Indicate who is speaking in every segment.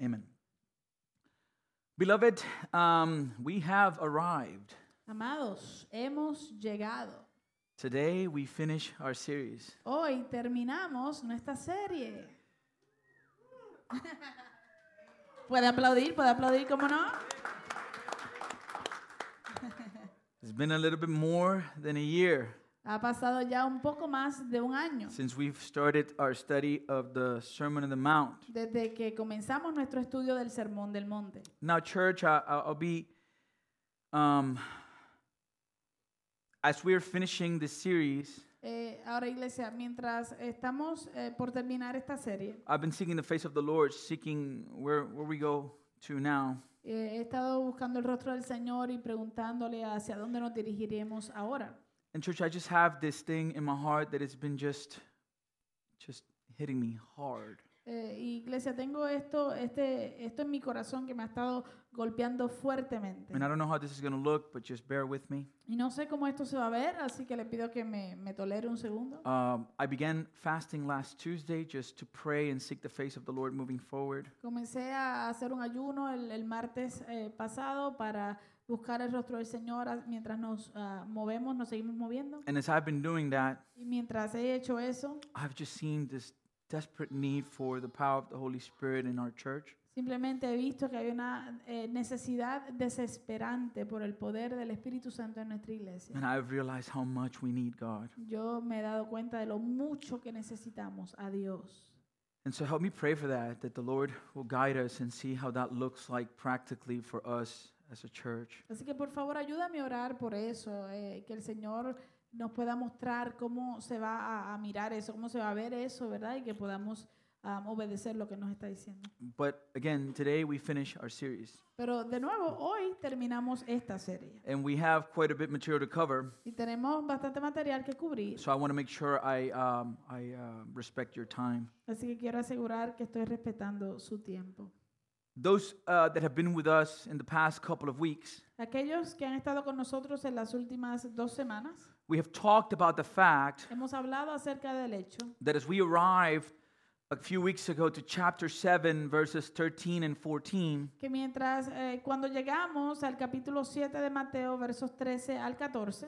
Speaker 1: Amen. Beloved, um, we have arrived.
Speaker 2: Amados, hemos llegado.
Speaker 1: Today we finish our series.
Speaker 2: Hoy terminamos nuestra serie. puede aplaudir, puede aplaudir, ¿cómo no?
Speaker 1: It's been a little bit more than a year
Speaker 2: Ha pasado ya un poco más de un año
Speaker 1: since we've started our study of the Sermon on the Mount.
Speaker 2: desde que comenzamos nuestro estudio del Sermón del Monte.
Speaker 1: Now, church, I, I- I'll be, um, as we're finishing this series,
Speaker 2: Eh, ahora, iglesia, mientras estamos eh, por terminar esta serie,
Speaker 1: I've been seeking the face of the Lord, seeking where, where we go to now.
Speaker 2: eh, he estado buscando el rostro del Señor y preguntándole hacia dónde nos dirigiremos ahora.
Speaker 1: And church, I just have this thing in my heart that has been just, just hitting me hard.
Speaker 2: Eh, iglesia, tengo esto, este, esto en mi corazón que me ha estado golpeando fuertemente.
Speaker 1: And I don't know how this is going to look, but just bear with me.
Speaker 2: Y no sé cómo esto se va a ver, así que le pido que me, me tolere un segundo.
Speaker 1: Um, I began fasting last Tuesday just to pray and seek the face of the Lord moving forward.
Speaker 2: Comencé a hacer un ayuno el, el martes eh, pasado para buscar el rostro del Señor a- mientras nos ah, movemos, nos seguimos moviendo.
Speaker 1: And as I've been doing that,
Speaker 2: Y mientras he hecho eso,
Speaker 1: I've just seen this desperate need for the power of the Holy Spirit in our church.
Speaker 2: simplemente he visto que hay una eh, necesidad desesperante por el poder del Espíritu Santo en nuestra iglesia.
Speaker 1: And I've realized how much we need God.
Speaker 2: Yo me he dado cuenta de lo mucho que necesitamos a Dios.
Speaker 1: And so help me pray for that, that the Lord will guide us and see how that looks like practically for us as a church.
Speaker 2: Así que por favor ayúdame a orar por eso, eh, que el Señor nos pueda mostrar cómo se va a, a mirar eso, cómo se va a ver eso, ¿verdad? Y que podamos um, obedecer lo que nos está diciendo.
Speaker 1: But again, today we finish our series.
Speaker 2: Pero de nuevo, hoy terminamos esta serie
Speaker 1: And we have quite a bit material to cover,
Speaker 2: y tenemos bastante material que cubrir,
Speaker 1: so I want to make sure I, um, I uh, respect your time.
Speaker 2: así que quiero asegurar que estoy respetando su tiempo.
Speaker 1: Those uh, that have been with us in the past couple of weeks,
Speaker 2: Aquellos que han estado con nosotros en las últimas dos semanas,
Speaker 1: we have talked about the fact
Speaker 2: hemos hablado acerca del hecho
Speaker 1: that as we arrived a few weeks ago to chapter 7, verses 13 and 14,
Speaker 2: que mientras eh, cuando llegamos al capítulo 7 de Mateo, versos 13 al 14,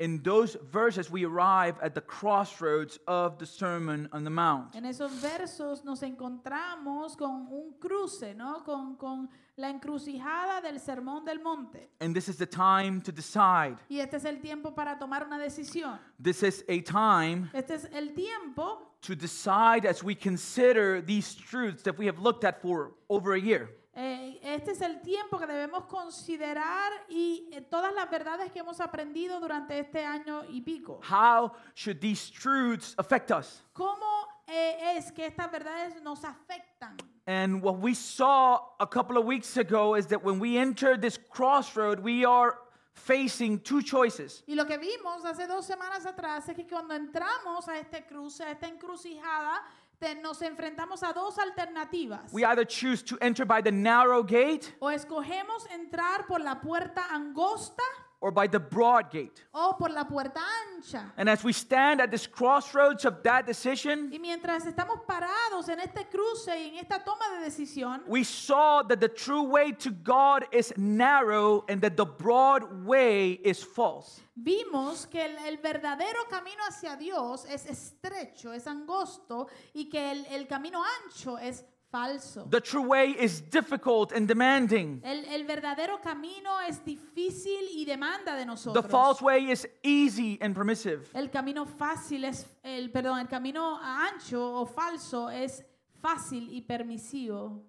Speaker 1: in those verses we arrive at the crossroads of the Sermon on the Mount.
Speaker 2: En esos versos nos encontramos con un cruce, ¿no? Con, con la encrucijada del sermón del monte.
Speaker 1: And this is the time to decide.
Speaker 2: Y este es el tiempo para tomar una decisión.
Speaker 1: This is a time
Speaker 2: Este es el tiempo
Speaker 1: to decide as we consider these truths that we have looked at for over a year.
Speaker 2: eh, este es el tiempo que debemos considerar y eh, todas las verdades que hemos aprendido durante este año y pico.
Speaker 1: How should these truths affect us?
Speaker 2: ¿Cómo eh, es que estas verdades nos afectan?
Speaker 1: And what we saw a couple of weeks ago is that when we enter this crossroad, we are facing two choices.
Speaker 2: Y lo que vimos hace dos semanas atrás es que cuando entramos a este cruce, a esta encrucijada, te- nos enfrentamos a dos alternativas.
Speaker 1: We either choose to enter by the narrow gate
Speaker 2: o escogemos entrar por la puerta angosta
Speaker 1: or by the broad gate.
Speaker 2: o por la puerta ancha.
Speaker 1: And as we stand at this crossroads of that decision,
Speaker 2: Y mientras estamos parados en este cruce y en esta toma de decisión,
Speaker 1: we saw that the true way to God is narrow and that the broad way is false.
Speaker 2: vimos que el, el verdadero camino hacia Dios es estrecho, es angosto y que el, el camino ancho es falso.
Speaker 1: The true way is difficult and demanding.
Speaker 2: El, el verdadero camino es difícil y demanda de
Speaker 1: The
Speaker 2: nosotros.
Speaker 1: false way is easy and permissive.
Speaker 2: El camino fácil es el perdón, el camino ancho o falso es fácil y permisivo.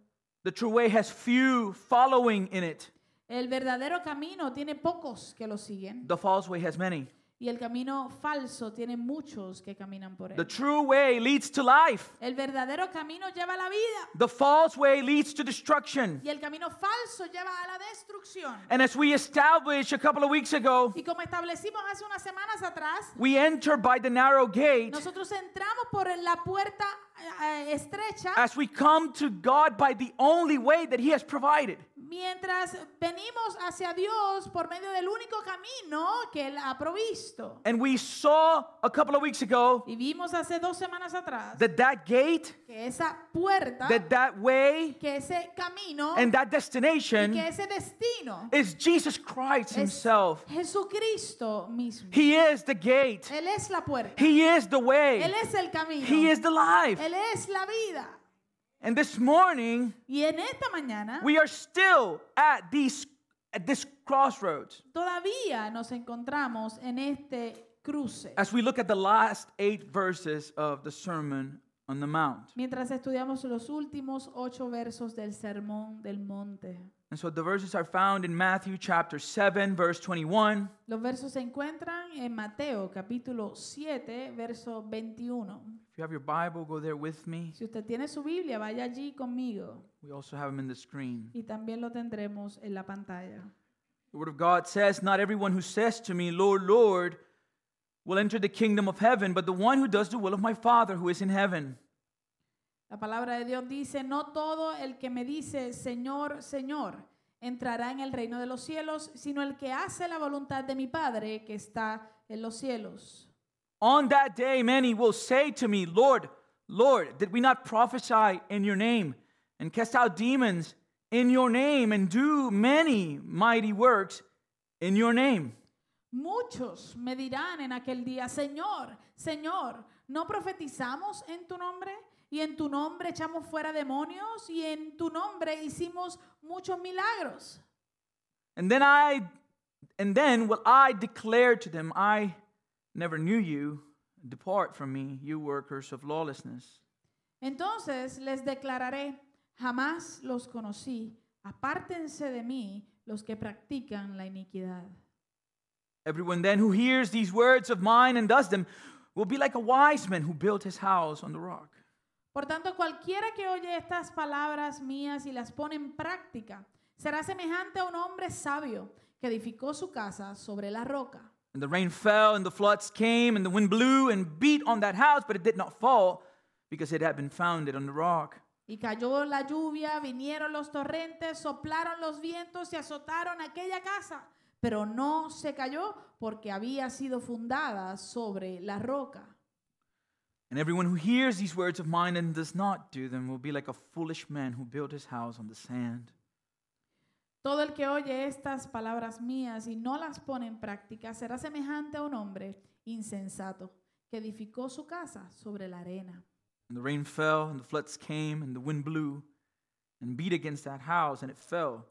Speaker 1: The true way has few following in it.
Speaker 2: El verdadero camino tiene pocos que lo siguen
Speaker 1: The false way has many.
Speaker 2: y el camino falso tiene muchos que caminan por
Speaker 1: The
Speaker 2: él.
Speaker 1: true way leads to life.
Speaker 2: El verdadero camino lleva a la vida
Speaker 1: The false way leads to destruction.
Speaker 2: y el camino falso lleva a la destrucción.
Speaker 1: And as we established a couple of weeks ago,
Speaker 2: Y como establecimos hace unas semanas atrás,
Speaker 1: we enter by the narrow gate.
Speaker 2: nosotros entramos por la puerta eh, estrecha
Speaker 1: As we come to God by the only way that He has provided.
Speaker 2: mientras venimos hacia Dios por medio del único camino que Él ha provisto.
Speaker 1: And we saw a couple of weeks ago
Speaker 2: Y vimos hace dos semanas atrás
Speaker 1: that that gate,
Speaker 2: que esa puerta,
Speaker 1: that that way,
Speaker 2: que ese camino,
Speaker 1: and that
Speaker 2: y que
Speaker 1: destination
Speaker 2: ese destino
Speaker 1: is Jesus Christ
Speaker 2: es
Speaker 1: Himself.
Speaker 2: Jesucristo mismo.
Speaker 1: He is the gate.
Speaker 2: Él es la puerta,
Speaker 1: He is the
Speaker 2: Él
Speaker 1: way.
Speaker 2: es el camino,
Speaker 1: He is the life.
Speaker 2: Él es la vida.
Speaker 1: And this morning,
Speaker 2: Y en esta mañana
Speaker 1: we are still at these at this crossroads
Speaker 2: todavía nos encontramos en este cruce.
Speaker 1: as we look at the last 8 verses of the Sermon on the Mount.
Speaker 2: Mientras estudiamos los últimos ocho versos del Sermón del Monte.
Speaker 1: And so the verses are found in Matthew chapter 7 verse 21.
Speaker 2: Los versos se encuentran en Mateo capítulo 7, verso 21.
Speaker 1: If you have your Bible, go there with me.
Speaker 2: Si usted tiene su Biblia, vaya allí conmigo
Speaker 1: We also have them in the screen.
Speaker 2: y también lo tendremos en la pantalla.
Speaker 1: The Word of God says, Not everyone who says to me, Lord, Lord, will enter the kingdom of heaven, but the one who does the will of my Father who is in heaven.
Speaker 2: La palabra de Dios dice, no todo el que me dice, Señor, Señor, entrará en el reino de los cielos, sino el que hace la voluntad de mi Padre que está en los cielos.
Speaker 1: On that day, many will say to me, Lord, Lord, did we not prophesy in your name and cast out demons in your name and do many mighty works in your name?
Speaker 2: Muchos me dirán en aquel día, Señor, Señor, ¿no profetizamos en tu nombre? Y en tu nombre echamos fuera demonios y en tu nombre hicimos muchos milagros.
Speaker 1: And then I and then will I declare to them, I never knew you. Depart from me, you workers of lawlessness.
Speaker 2: Entonces les declararé, jamás los conocí, apártense de mí los que practican la iniquidad.
Speaker 1: Everyone then who hears these words of mine and does them will be like a wise man who built his house on the rock.
Speaker 2: Por tanto, cualquiera que oye estas palabras mías y las pone en práctica, será semejante a un hombre sabio que edificó su casa sobre la roca.
Speaker 1: And the rain fell, and the floods came, and the wind blew and beat on that house, but it did not fall because it had been founded on the rock.
Speaker 2: Y cayó la lluvia, vinieron los torrentes, soplaron los vientos y azotaron aquella casa, pero no se cayó porque había sido fundada sobre la roca.
Speaker 1: And everyone who hears these words of mine and does not do them will be like a foolish man who built his house on the sand.
Speaker 2: Todo el que oye estas palabras mías y no las pone en práctica será semejante a un hombre insensato que edificó su casa sobre la arena.
Speaker 1: And the rain fell, and the floods came, and the wind blew and beat against that house, and it fell,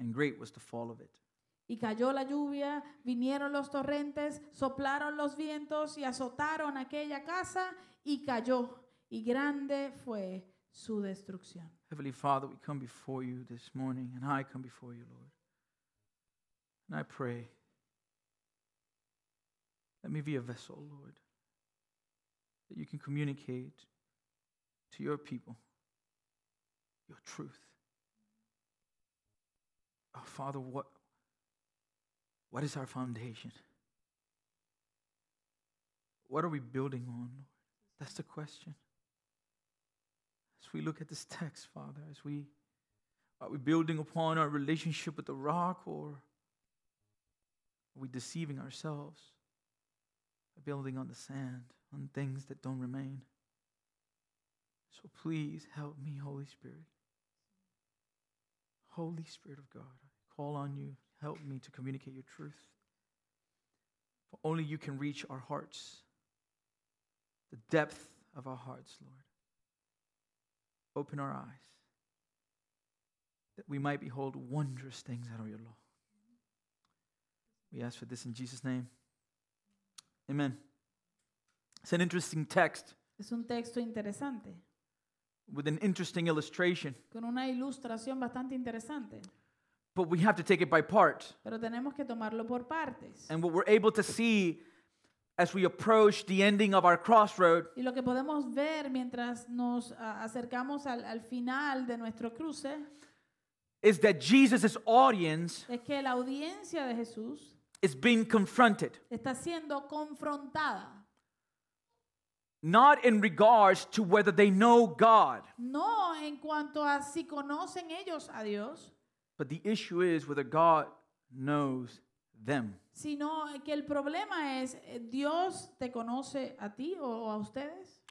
Speaker 1: and great was the fall of it.
Speaker 2: Y cayó la lluvia, vinieron los torrentes, soplaron los vientos y azotaron aquella casa y cayó. Y grande fue su destrucción.
Speaker 1: Heavenly Father, we come before you this morning, and I come before you, Lord. And I pray, let me be a vessel, Lord, that you can communicate to your people your truth. Oh, Father, what, what is our foundation? What are we building on, Lord? That's the question. As we look at this text, Father, as we are we building upon our relationship with the rock or are we deceiving ourselves? By building on the sand, on things that don't remain. So please help me, Holy Spirit. Holy Spirit of God, I call on you. Help me to communicate your truth. For only you can reach our hearts, the depth of our hearts, Lord open our eyes that we might behold wondrous things out of your law. We ask for this in Jesus' name. Amen. It's an interesting text
Speaker 2: Es un texto interesante,
Speaker 1: with an interesting illustration,
Speaker 2: con una ilustración bastante interesante,
Speaker 1: but we have to take it by part.
Speaker 2: pero tenemos que tomarlo por partes.
Speaker 1: And what we're able to see as we approach the ending of our crossroad
Speaker 2: Y lo que podemos ver mientras nos a- acercamos al, al final de nuestro cruce
Speaker 1: is that Jesus' audience
Speaker 2: es que la audiencia de Jesús
Speaker 1: is being confronted,
Speaker 2: está siendo confrontada,
Speaker 1: not in regards to whether they know God,
Speaker 2: no en cuanto a si conocen ellos a Dios,
Speaker 1: But the issue is whether God knows them.
Speaker 2: sino que el problema es, eh, ¿Dios te conoce a ti o- o a ustedes?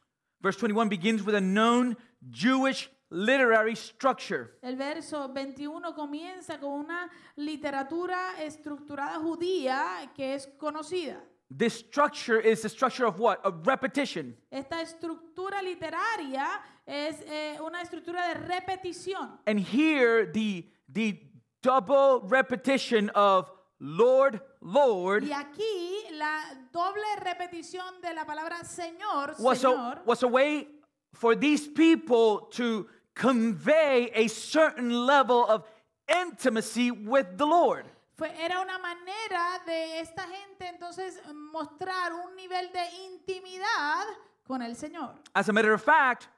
Speaker 1: Verse 21 begins with a known Jewish literary structure.
Speaker 2: El verso 21 comienza con una literatura estructurada judía que es conocida.
Speaker 1: This structure is the structure of what? Of repetition.
Speaker 2: Esta estructura literaria es eh, una estructura de repetición.
Speaker 1: And here the the double repetition of Lord, Lord
Speaker 2: Y aquí la doble repetición de la palabra Señor,
Speaker 1: was a,
Speaker 2: Señor,
Speaker 1: was a way for these people to convey a certain level of intimacy with the Lord.
Speaker 2: fue, era una manera de esta gente entonces mostrar un nivel de intimidad con el Señor.
Speaker 1: As a matter of fact,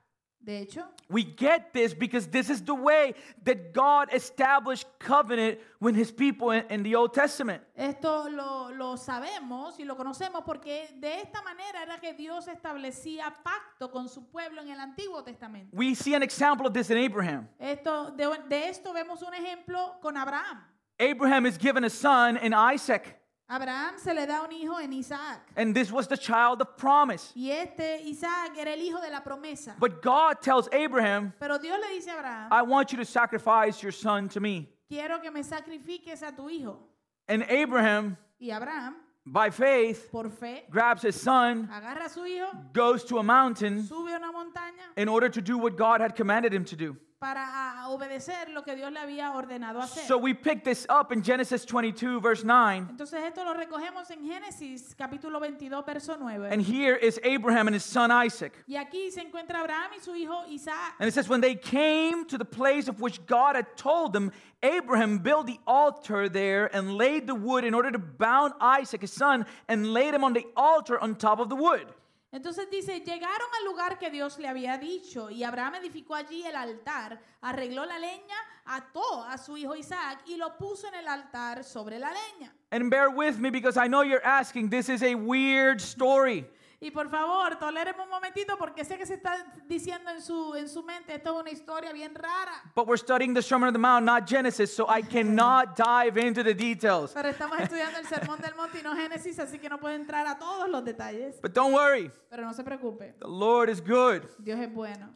Speaker 2: De hecho,
Speaker 1: we get this because this is the way that God established covenant with his people in, in the Old Testament.
Speaker 2: Esto lo, lo sabemos y lo conocemos porque de esta manera era que Dios establecía pacto con su pueblo en el Antiguo Testamento.
Speaker 1: We see an example of this in Abraham.
Speaker 2: Esto, de, de esto vemos un ejemplo con Abraham.
Speaker 1: Abraham is given a son in Isaac,
Speaker 2: Abraham se le da un hijo en Isaac
Speaker 1: and this was the child of promise.
Speaker 2: y este Isaac era el hijo de la promesa.
Speaker 1: But God tells Abraham,
Speaker 2: Pero Dios le dice a Abraham,
Speaker 1: I want you to sacrifice your son to me.
Speaker 2: quiero que me sacrifiques a tu hijo.
Speaker 1: And Abraham,
Speaker 2: Y Abraham,
Speaker 1: by faith,
Speaker 2: por fe,
Speaker 1: grabs his son,
Speaker 2: agarra a su hijo,
Speaker 1: goes to a mountain
Speaker 2: sube a una montaña
Speaker 1: in order to do what God had commanded him to do.
Speaker 2: para ah, obedecer lo que Dios le había ordenado hacer.
Speaker 1: So we pick this up in Genesis 22, verse 9.
Speaker 2: Entonces esto lo recogemos en Génesis capítulo 22, verso 9.
Speaker 1: And here is Abraham and his son Isaac.
Speaker 2: y aquí se encuentra Abraham y su hijo Isaac.
Speaker 1: And it says, When they came to the place of which God had told them, Abraham built the altar there and laid the wood in order to bound Isaac, his son, and laid him on the altar on top of the wood.
Speaker 2: Entonces dice, llegaron al lugar que Dios le había dicho y Abraham edificó allí el altar, arregló la leña, ató a su hijo Isaac y lo puso en el altar sobre la leña.
Speaker 1: And bear with me because I know you're asking, this is a weird story.
Speaker 2: Y por favor, toléreme un momentito porque sé que se está diciendo en su, en su mente, esto es una historia bien rara.
Speaker 1: But we're studying the Sermon on the Mount, not Genesis, so I cannot dive into the details.
Speaker 2: Pero estamos estudiando el Sermón del Monte y no Génesis, así que no puedo entrar a todos los detalles.
Speaker 1: But don't worry,
Speaker 2: Pero no se preocupe,
Speaker 1: the Lord is good.
Speaker 2: Dios es bueno.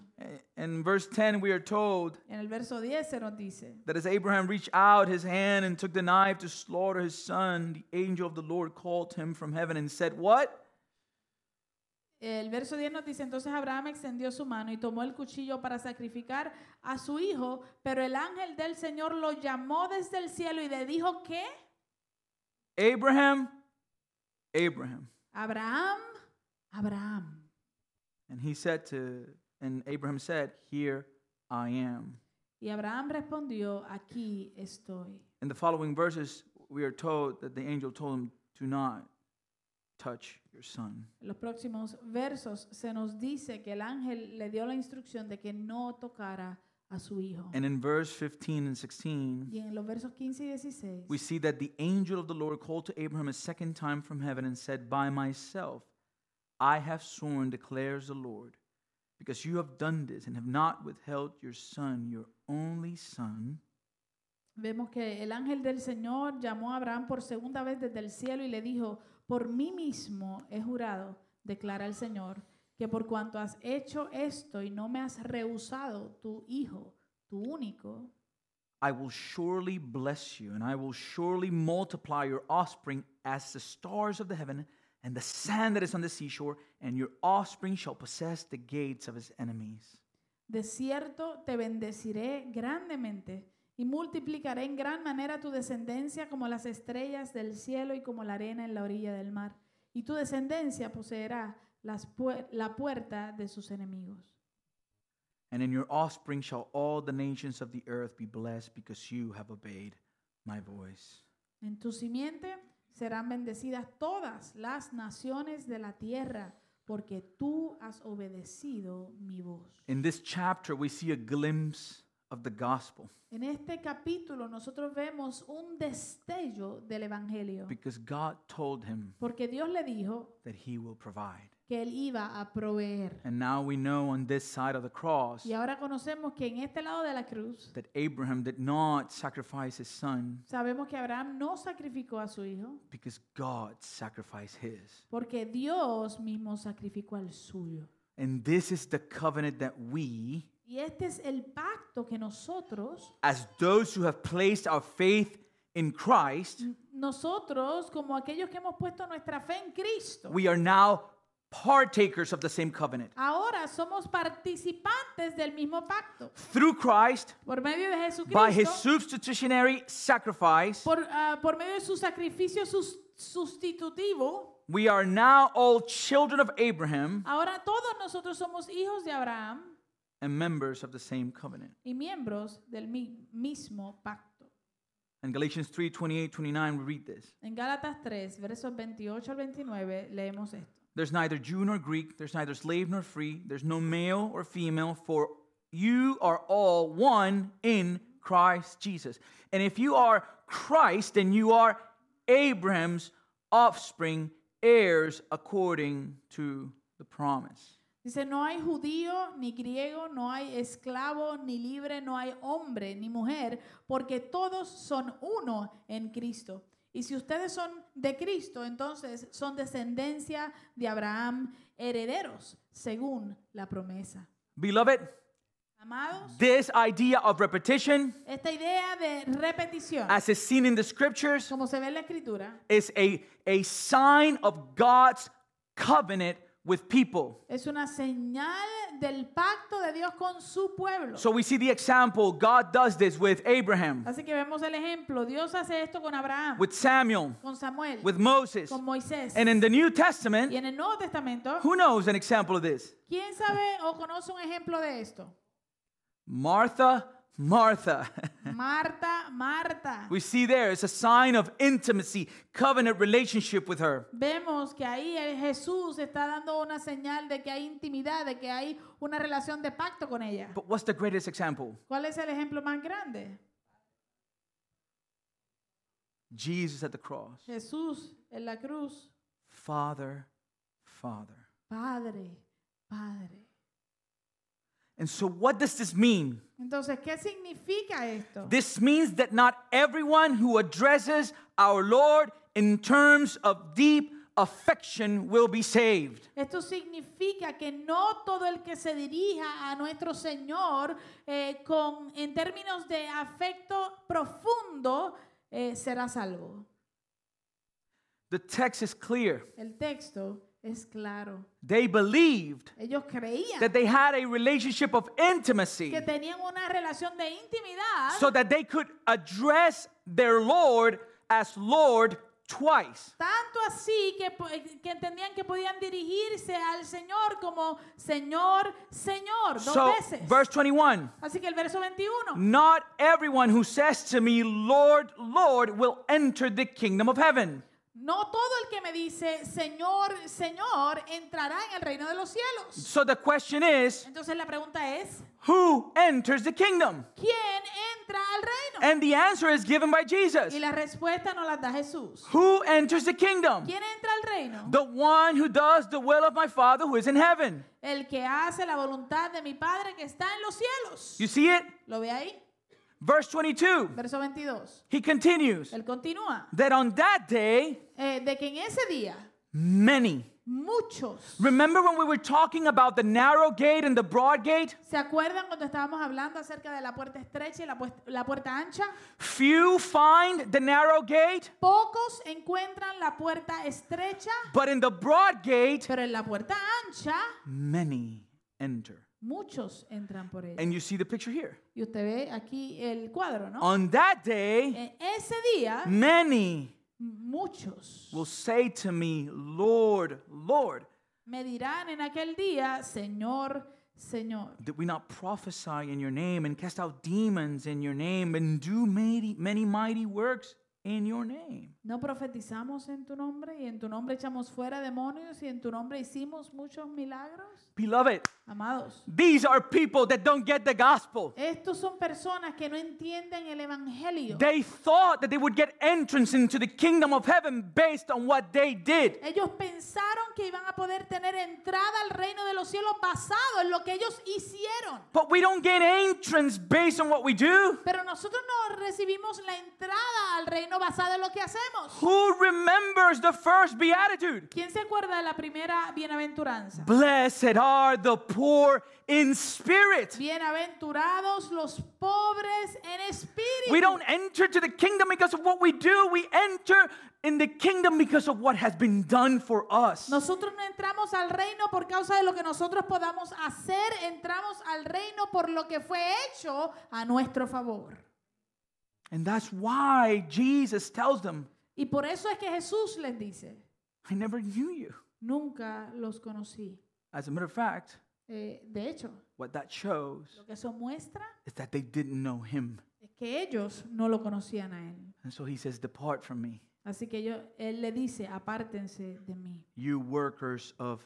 Speaker 1: In verse 10, we are told
Speaker 2: En el verso 10 se nos dice,
Speaker 1: that as Abraham reached out his hand and took the knife to slaughter his son, the angel of the Lord called him from heaven and said, What?
Speaker 2: el verso 10 nos dice, entonces Abraham extendió su mano y tomó el cuchillo para sacrificar a su hijo, pero el ángel del Señor lo llamó desde el cielo y le dijo que
Speaker 1: Abraham, Abraham.
Speaker 2: Abraham, Abraham.
Speaker 1: And he said to, and Abraham said, Here I am.
Speaker 2: Y Abraham respondió, aquí estoy.
Speaker 1: In the following verses, we are told that the angel told him, Do not touch your son.
Speaker 2: En los próximos versos se nos dice que el ángel le dio la instrucción de que no tocara a su hijo.
Speaker 1: And in verse 15 and 16,
Speaker 2: Y en los versos 15 y 16
Speaker 1: we see that the angel of the Lord called to Abraham a second time from heaven and said, By myself I have sworn, declares the Lord, because you have done this and have not withheld your son, your only son.
Speaker 2: Vemos que el ángel del Señor llamó a Abraham por segunda vez desde el cielo y le dijo, por mí mismo he jurado, declara el Señor, que por cuanto has hecho esto y no me has rehusado tu hijo, tu único,
Speaker 1: I will surely bless you, and I will surely multiply your offspring as the stars of the heaven and the sand that is on the seashore, and your offspring shall possess the gates of his enemies.
Speaker 2: de cierto te bendeciré grandemente y multiplicaré en gran manera tu descendencia como las estrellas del cielo y como la arena en la orilla del mar. Y tu descendencia poseerá las puer- la puerta de sus enemigos.
Speaker 1: And in your offspring shall all the nations of the earth be blessed because you have obeyed my voice.
Speaker 2: En tu simiente serán bendecidas todas las naciones de la tierra, porque tú has obedecido mi voz.
Speaker 1: In this chapter, we see a glimpse of the gospel
Speaker 2: En este capítulo nosotros vemos un destello del Evangelio,
Speaker 1: because God told him
Speaker 2: porque Dios le dijo
Speaker 1: that he will provide.
Speaker 2: que Él iba a proveer.
Speaker 1: And now we know on this side of the cross
Speaker 2: Y ahora conocemos que en este lado de la cruz
Speaker 1: that Abraham did not sacrifice his son
Speaker 2: sabemos que Abraham no sacrificó a su hijo
Speaker 1: because God sacrificed his.
Speaker 2: porque Dios mismo sacrificó al suyo.
Speaker 1: And this is the covenant that we,
Speaker 2: Y este es el pacto que nosotros,
Speaker 1: as those who have placed our faith in Christ,
Speaker 2: nosotros como aquellos que hemos puesto nuestra fe en Cristo,
Speaker 1: we are now partakers of the same covenant.
Speaker 2: ahora somos participantes del mismo pacto.
Speaker 1: Through Christ,
Speaker 2: Por medio de
Speaker 1: by his
Speaker 2: Jesucristo,
Speaker 1: substitutionary sacrifice,
Speaker 2: por, ah, por medio de su sacrificio sus- sustitutivo,
Speaker 1: we are now all children of Abraham
Speaker 2: ahora todos nosotros somos hijos de Abraham
Speaker 1: and members of the same covenant.
Speaker 2: y miembros del mi- mismo pacto.
Speaker 1: In Galatians 3 28 29, we read this.
Speaker 2: En Gálatas 3, versos 28 al 29, leemos esto.
Speaker 1: There's neither Jew nor Greek, there's neither slave nor free, there's no male or female, for you are all one in Christ Jesus. And if you are Christ, then you are Abraham's offspring, heirs according to the promise.
Speaker 2: Dice, no hay judío ni griego, no hay esclavo ni libre, no hay hombre ni mujer, porque todos son uno en Cristo. Y si ustedes son de Cristo, entonces son descendencia de Abraham, herederos, según la promesa.
Speaker 1: Beloved,
Speaker 2: Amados,
Speaker 1: this idea of repetition,
Speaker 2: esta idea de repetición,
Speaker 1: as is seen in the scriptures,
Speaker 2: como se ve en la escritura,
Speaker 1: is a, a sign of God's covenant with people.
Speaker 2: es una señal del pacto de Dios con su pueblo.
Speaker 1: So we see the example God does this with Abraham,
Speaker 2: Así que vemos el ejemplo. Dios hace esto con Abraham,
Speaker 1: with Samuel,
Speaker 2: con Samuel,
Speaker 1: with Moses.
Speaker 2: con Moisés.
Speaker 1: And in the New
Speaker 2: Y
Speaker 1: Testament,
Speaker 2: en el Nuevo Testamento,
Speaker 1: who knows an example of this?
Speaker 2: ¿quién sabe o conoce un ejemplo de esto?
Speaker 1: Martha, Martha.
Speaker 2: Marta, Marta.
Speaker 1: we see there it's a sign of intimacy, covenant relationship with her.
Speaker 2: Vemos que ahí el Jesús está dando una señal de que hay intimidad, de que hay una relación de pacto con ella.
Speaker 1: But what's the greatest example?
Speaker 2: ¿Cuál es el ejemplo más grande?
Speaker 1: Jesus at the cross.
Speaker 2: Jesús en la cruz.
Speaker 1: Father, Father.
Speaker 2: Padre, Padre.
Speaker 1: And so, what does this mean?
Speaker 2: Entonces, ¿qué significa esto?
Speaker 1: This means that not everyone who addresses our Lord in terms of deep affection will be saved.
Speaker 2: Esto significa que no todo el que se dirija a nuestro Señor eh, con, en términos de afecto profundo eh, será salvo.
Speaker 1: The text is clear.
Speaker 2: El texto es claro.
Speaker 1: They believed
Speaker 2: Ellos creían
Speaker 1: that they had a relationship of intimacy
Speaker 2: que tenían una relación de intimidad
Speaker 1: so that they could address their Lord as Lord twice.
Speaker 2: Tanto así que, po- eh, que entendían que podían dirigirse al Señor como Señor, Señor, dos
Speaker 1: So,
Speaker 2: veces.
Speaker 1: verse 21
Speaker 2: Así que el verso 21.
Speaker 1: Not everyone who says to me, Lord, Lord, will enter the kingdom of heaven.
Speaker 2: No todo el que me dice Señor, Señor entrará en el reino de los cielos.
Speaker 1: So the question is,
Speaker 2: Entonces la pregunta es,
Speaker 1: who enters the kingdom?
Speaker 2: ¿quién entra al reino?
Speaker 1: And the answer is given by Jesus.
Speaker 2: Y la respuesta nos la da Jesús.
Speaker 1: Who enters the kingdom?
Speaker 2: ¿Quién entra al reino?
Speaker 1: The one who does the will of my Father who is in heaven.
Speaker 2: El que hace la voluntad de mi Padre que está en los cielos.
Speaker 1: You see it?
Speaker 2: ¿Lo ve ahí?
Speaker 1: Verse 22.
Speaker 2: Verso 22.
Speaker 1: He continues
Speaker 2: Él continúa.
Speaker 1: that on that day,
Speaker 2: eh, de que en ese día
Speaker 1: many.
Speaker 2: muchos.
Speaker 1: Remember when we were talking about the narrow gate and the broad gate?
Speaker 2: ¿Se acuerdan cuando estábamos hablando acerca de la puerta estrecha y la, puest- la puerta ancha?
Speaker 1: Few find the narrow gate,
Speaker 2: Pocos encuentran la puerta estrecha,
Speaker 1: but in the broad gate,
Speaker 2: pero en la puerta ancha
Speaker 1: many enter.
Speaker 2: muchos entran por ella.
Speaker 1: And you see the picture here.
Speaker 2: Y usted ve aquí el cuadro, ¿no?
Speaker 1: On that day,
Speaker 2: En ese día
Speaker 1: many
Speaker 2: muchos
Speaker 1: will say to me, Lord, Lord,
Speaker 2: me dirán en aquel día, Señor, Señor,
Speaker 1: did we not prophesy in your name and cast out demons in your name and do many, many mighty works in your name.
Speaker 2: No profetizamos en tu nombre y en tu nombre echamos fuera demonios y en tu nombre hicimos muchos milagros.
Speaker 1: Beloved,
Speaker 2: Amados,
Speaker 1: these are people that don't get the gospel.
Speaker 2: estos son personas que no entienden el evangelio.
Speaker 1: They thought that they would get entrance into the kingdom of heaven based on what they did.
Speaker 2: Ellos pensaron que iban a poder tener entrada al reino de los cielos basado en lo que ellos hicieron.
Speaker 1: But we don't get entrance based on what we do.
Speaker 2: Pero nosotros no recibimos la entrada al reino basada en lo que hacemos.
Speaker 1: Who remembers the first beatitude?
Speaker 2: ¿Quién se acuerda de la primera bienaventuranza?
Speaker 1: Pues, Blessed are the poor in spirit.
Speaker 2: Bienaventurados los pobres en espíritu.
Speaker 1: We don't enter to the kingdom because of what we do. We enter in the kingdom because of what has been done for us.
Speaker 2: Nosotros no entramos al reino por causa de lo que nosotros podamos hacer, entramos al reino por lo que fue hecho a nuestro favor.
Speaker 1: And that's why Jesus tells them,
Speaker 2: Y por eso es que Jesús les dice,
Speaker 1: I never knew you.
Speaker 2: nunca los conocí.
Speaker 1: As a matter of fact,
Speaker 2: Eh, de hecho,
Speaker 1: what that shows
Speaker 2: lo que eso muestra
Speaker 1: is that they didn't know him.
Speaker 2: es que ellos no lo conocían a él.
Speaker 1: And so he says, Depart from me,
Speaker 2: Así que yo- él le dice, apártense de mí,
Speaker 1: you workers of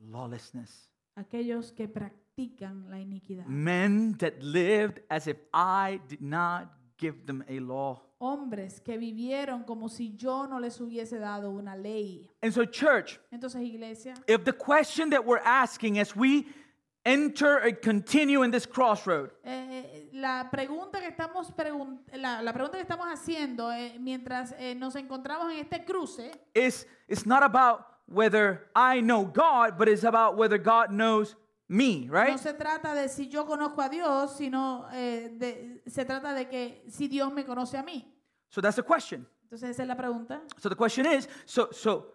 Speaker 1: lawlessness.
Speaker 2: aquellos que practican la iniquidad,
Speaker 1: Mm. Men that lived as if I did not give them a law.
Speaker 2: hombres que vivieron como si yo no les hubiese dado una ley.
Speaker 1: And so, church,
Speaker 2: Entonces, iglesia,
Speaker 1: if the question that we're asking as we enter and continue in this crossroad
Speaker 2: eh, la pregunta que estamos pregun- la, la pregunta que estamos haciendo eh, mientras eh, nos encontramos en este cruce
Speaker 1: is it's not about whether I know God, but it's about whether God knows me,
Speaker 2: no
Speaker 1: right?
Speaker 2: se trata de si yo conozco a Dios, sino eh, de- se trata de que si Dios me conoce a mí.
Speaker 1: So that's the question.
Speaker 2: Entonces esa es la pregunta.
Speaker 1: So the question is, so so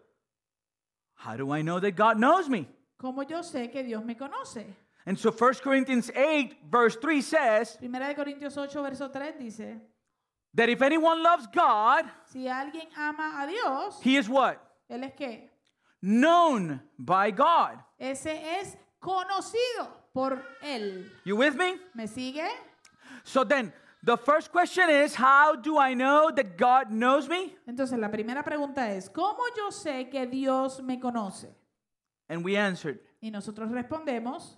Speaker 1: how do I know that God knows me?
Speaker 2: ¿Cómo yo sé que Dios me conoce?
Speaker 1: And so 1 Corinthians 8 verse 3 says
Speaker 2: Primera de Corintios 8, verso 3 dice,
Speaker 1: that if anyone loves God,
Speaker 2: si alguien ama a Dios,
Speaker 1: he is what?
Speaker 2: él es qué?
Speaker 1: Known by God.
Speaker 2: Ese es conocido por él.
Speaker 1: You with me?
Speaker 2: ¿Me sigue?
Speaker 1: So then the first question is, how do I know that God knows me?
Speaker 2: Entonces la primera pregunta es, ¿cómo yo sé que Dios me conoce?
Speaker 1: And we answered
Speaker 2: Y nosotros respondemos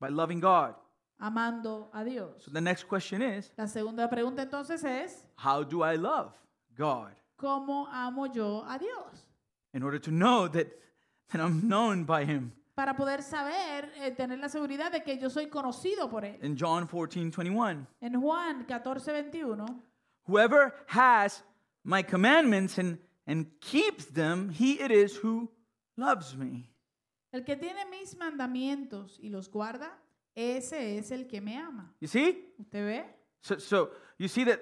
Speaker 1: by loving God.
Speaker 2: amando a Dios.
Speaker 1: So the next question is,
Speaker 2: La segunda pregunta entonces es,
Speaker 1: how do I love God?
Speaker 2: ¿cómo amo yo a Dios?
Speaker 1: In order to know that, that I'm known by him.
Speaker 2: Para poder saber, eh, tener la seguridad de que yo soy conocido por él.
Speaker 1: In John 14, 21.
Speaker 2: En Juan 14, 21.
Speaker 1: Whoever has my commandments and, and keeps them, he it is who loves me.
Speaker 2: El que tiene mis mandamientos y los guarda, ese es el que me ama.
Speaker 1: You see?
Speaker 2: ¿Usted ve?
Speaker 1: So, so you see that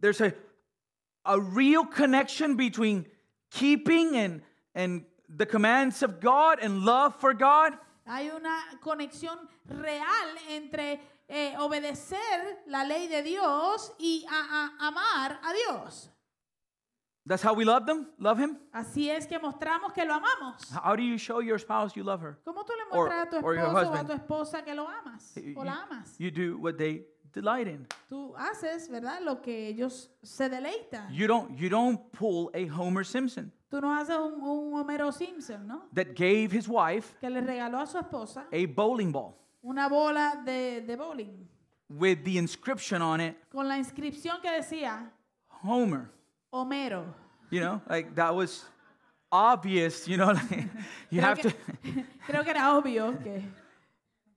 Speaker 1: there's a, a real connection between keeping and, and the commands of God and love for God.
Speaker 2: Hay una conexión real entre eh, obedecer la ley de Dios y a- a- amar a Dios.
Speaker 1: That's how we love them, love him.
Speaker 2: Así es que mostramos que lo amamos.
Speaker 1: How do you show your spouse you love her?
Speaker 2: ¿Cómo tú le
Speaker 1: Ah, Or-
Speaker 2: muestras a tu
Speaker 1: or your
Speaker 2: esposo o a
Speaker 1: husband.
Speaker 2: tu esposa que lo amas
Speaker 1: You-
Speaker 2: o
Speaker 1: you-
Speaker 2: la amas?
Speaker 1: You do what they delight in.
Speaker 2: Tú haces, ¿verdad? Lo que ellos se deleitan.
Speaker 1: You don't you don't pull a Homer Simpson
Speaker 2: Tú no haces un, un Homero Simpson, ¿no?
Speaker 1: that gave his wife
Speaker 2: Que le regaló a su esposa
Speaker 1: a bowling ball
Speaker 2: una bola de, de bowling
Speaker 1: with the inscription on it
Speaker 2: con la inscripción que decía
Speaker 1: Homer.
Speaker 2: Homero.
Speaker 1: You know, like that was obvious, you know, like you
Speaker 2: Creo
Speaker 1: have
Speaker 2: que,
Speaker 1: to
Speaker 2: creo que era obvio que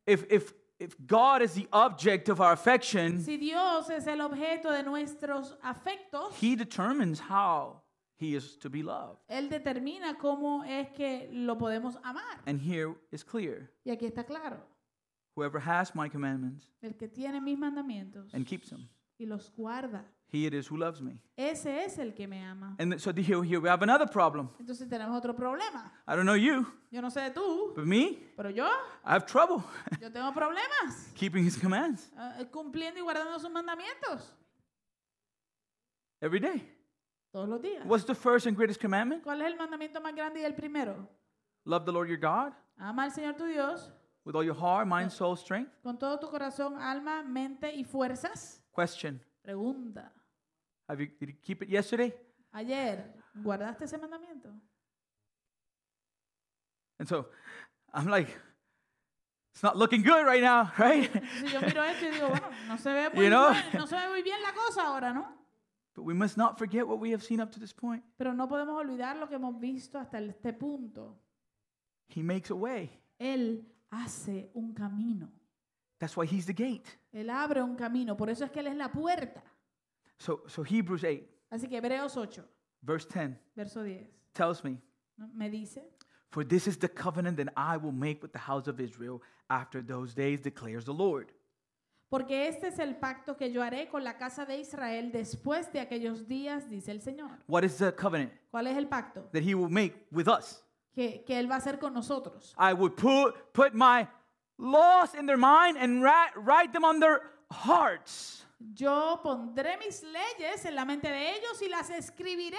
Speaker 1: if if if God is the object of our affection,
Speaker 2: si Dios es el objeto de nuestros afectos,
Speaker 1: he determines how he is to be loved.
Speaker 2: Él determina cómo es que lo podemos amar.
Speaker 1: And here is clear.
Speaker 2: Y aquí está claro.
Speaker 1: Whoever has my commandments
Speaker 2: El que tiene mis mandamientos
Speaker 1: and keeps them,
Speaker 2: y los guarda,
Speaker 1: he it is who loves me.
Speaker 2: ese es el que me ama.
Speaker 1: And so here, here we have another problem.
Speaker 2: Entonces tenemos otro problema.
Speaker 1: I don't know you,
Speaker 2: Yo no sé de tú,
Speaker 1: but me,
Speaker 2: pero yo,
Speaker 1: I have trouble
Speaker 2: yo tengo problemas
Speaker 1: keeping his commands
Speaker 2: eh, cumpliendo y guardando sus mandamientos
Speaker 1: every day.
Speaker 2: todos los días.
Speaker 1: What's the first and greatest commandment?
Speaker 2: ¿Cuál es el mandamiento más grande y el primero?
Speaker 1: Love the Lord your God
Speaker 2: Ama al Señor tu Dios
Speaker 1: with all your heart, mind, soul, strength.
Speaker 2: con todo tu corazón, alma, mente y fuerzas.
Speaker 1: Question
Speaker 2: Pregunta,
Speaker 1: Have you, did you keep it yesterday?
Speaker 2: Ayer, ¿guardaste ese mandamiento?
Speaker 1: And so I'm like, it's not looking good right now, right?
Speaker 2: Si yo miro esto y digo, bueno, no se ve muy,
Speaker 1: You know?
Speaker 2: bien, no se ve muy bien la cosa ahora, ¿no?
Speaker 1: but we must not forget what we have seen up to this point.
Speaker 2: Pero no podemos olvidar lo que hemos visto hasta el- este punto.
Speaker 1: He makes a way.
Speaker 2: Él hace un camino.
Speaker 1: That's why he's the gate.
Speaker 2: Él abre un camino. Por eso es que Él es la puerta.
Speaker 1: So, so Hebrews 8,
Speaker 2: Así que Hebreos 8,
Speaker 1: verse 10
Speaker 2: verso 10,
Speaker 1: tells me,
Speaker 2: ¿no? me dice,
Speaker 1: For this is the covenant that I will make with the house of Israel after those days, declares the Lord.
Speaker 2: porque este es el pacto que yo haré con la casa de Israel después de aquellos días, dice el Señor.
Speaker 1: What is the covenant
Speaker 2: ¿Cuál es el pacto?
Speaker 1: that he will make with us?
Speaker 2: Que, que Él va a hacer con nosotros.
Speaker 1: I would put, put my laws in their mind and ra- write them on their hearts.
Speaker 2: Yo pondré mis leyes en la mente de ellos y las escribiré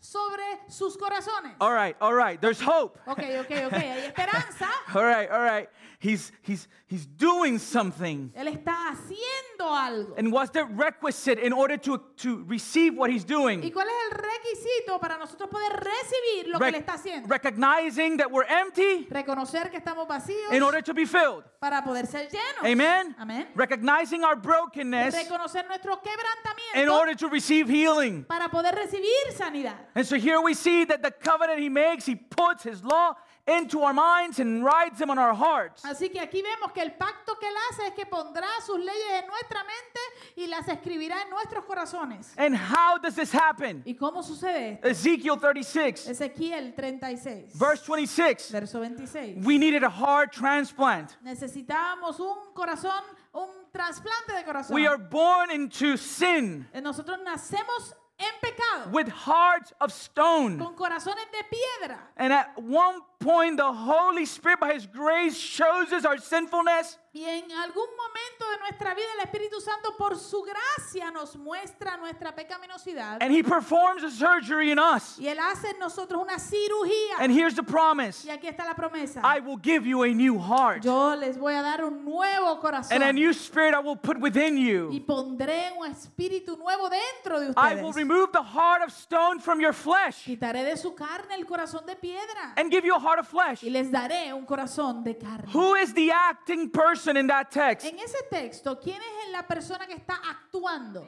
Speaker 2: sobre sus corazones.
Speaker 1: All right, all right, there's hope.
Speaker 2: Ok, ok, ok. Hay esperanza.
Speaker 1: All right, all right. He's, he's, he's doing something.
Speaker 2: Él está haciendo algo.
Speaker 1: And what's the requisite in order to, to receive what he's
Speaker 2: ¿Y
Speaker 1: doing?
Speaker 2: cuál es el requisito para nosotros poder recibir lo que
Speaker 1: Rec-
Speaker 2: Él está haciendo?
Speaker 1: recognizing that we're empty
Speaker 2: Reconocer que estamos vacíos
Speaker 1: in order to be filled.
Speaker 2: para poder ser llenos.
Speaker 1: Amen?
Speaker 2: Amén.
Speaker 1: Recognizing our brokenness
Speaker 2: Reconocer nuestro
Speaker 1: in
Speaker 2: quebrantamiento
Speaker 1: order to receive healing.
Speaker 2: para poder recibir sanidad.
Speaker 1: And so here we see that the covenant he makes, he puts his law into our minds and writes them on our hearts.
Speaker 2: Así que aquí vemos que el pacto que Él hace es que pondrá sus leyes en nuestra mente y las escribirá en nuestros corazones.
Speaker 1: And how does this happen?
Speaker 2: ¿Y cómo sucede esto?
Speaker 1: Ezekiel 36,
Speaker 2: Ezequiel 36,
Speaker 1: verse 26.
Speaker 2: verso 26.
Speaker 1: We needed a heart transplant.
Speaker 2: Necesitábamos un corazón, un trasplante de corazón.
Speaker 1: We are born into sin
Speaker 2: Eh, Nosotros nacemos en pecado,
Speaker 1: with hearts of stone.
Speaker 2: con corazones de piedra.
Speaker 1: And at one point, the Holy Spirit, by His grace, shows us our sinfulness
Speaker 2: Y en algún momento de nuestra vida el Espíritu Santo por su gracia nos muestra nuestra pecaminosidad.
Speaker 1: and He performs a surgery in us.
Speaker 2: Y Él hace en nosotros una cirugía.
Speaker 1: And here's the promise
Speaker 2: Y aquí está la promesa.
Speaker 1: I will give you a new heart,
Speaker 2: Yo les voy a dar un nuevo corazón.
Speaker 1: and a new spirit I will put within
Speaker 2: Y
Speaker 1: you.
Speaker 2: pondré un espíritu nuevo dentro de
Speaker 1: I will
Speaker 2: ustedes.
Speaker 1: remove the heart of stone from your flesh
Speaker 2: Quitaré de su carne el corazón de piedra.
Speaker 1: and give you a heart of flesh.
Speaker 2: Y les daré un corazón de carne.
Speaker 1: Who is the acting person in that text?
Speaker 2: En ese texto, ¿quién es la persona que está actuando?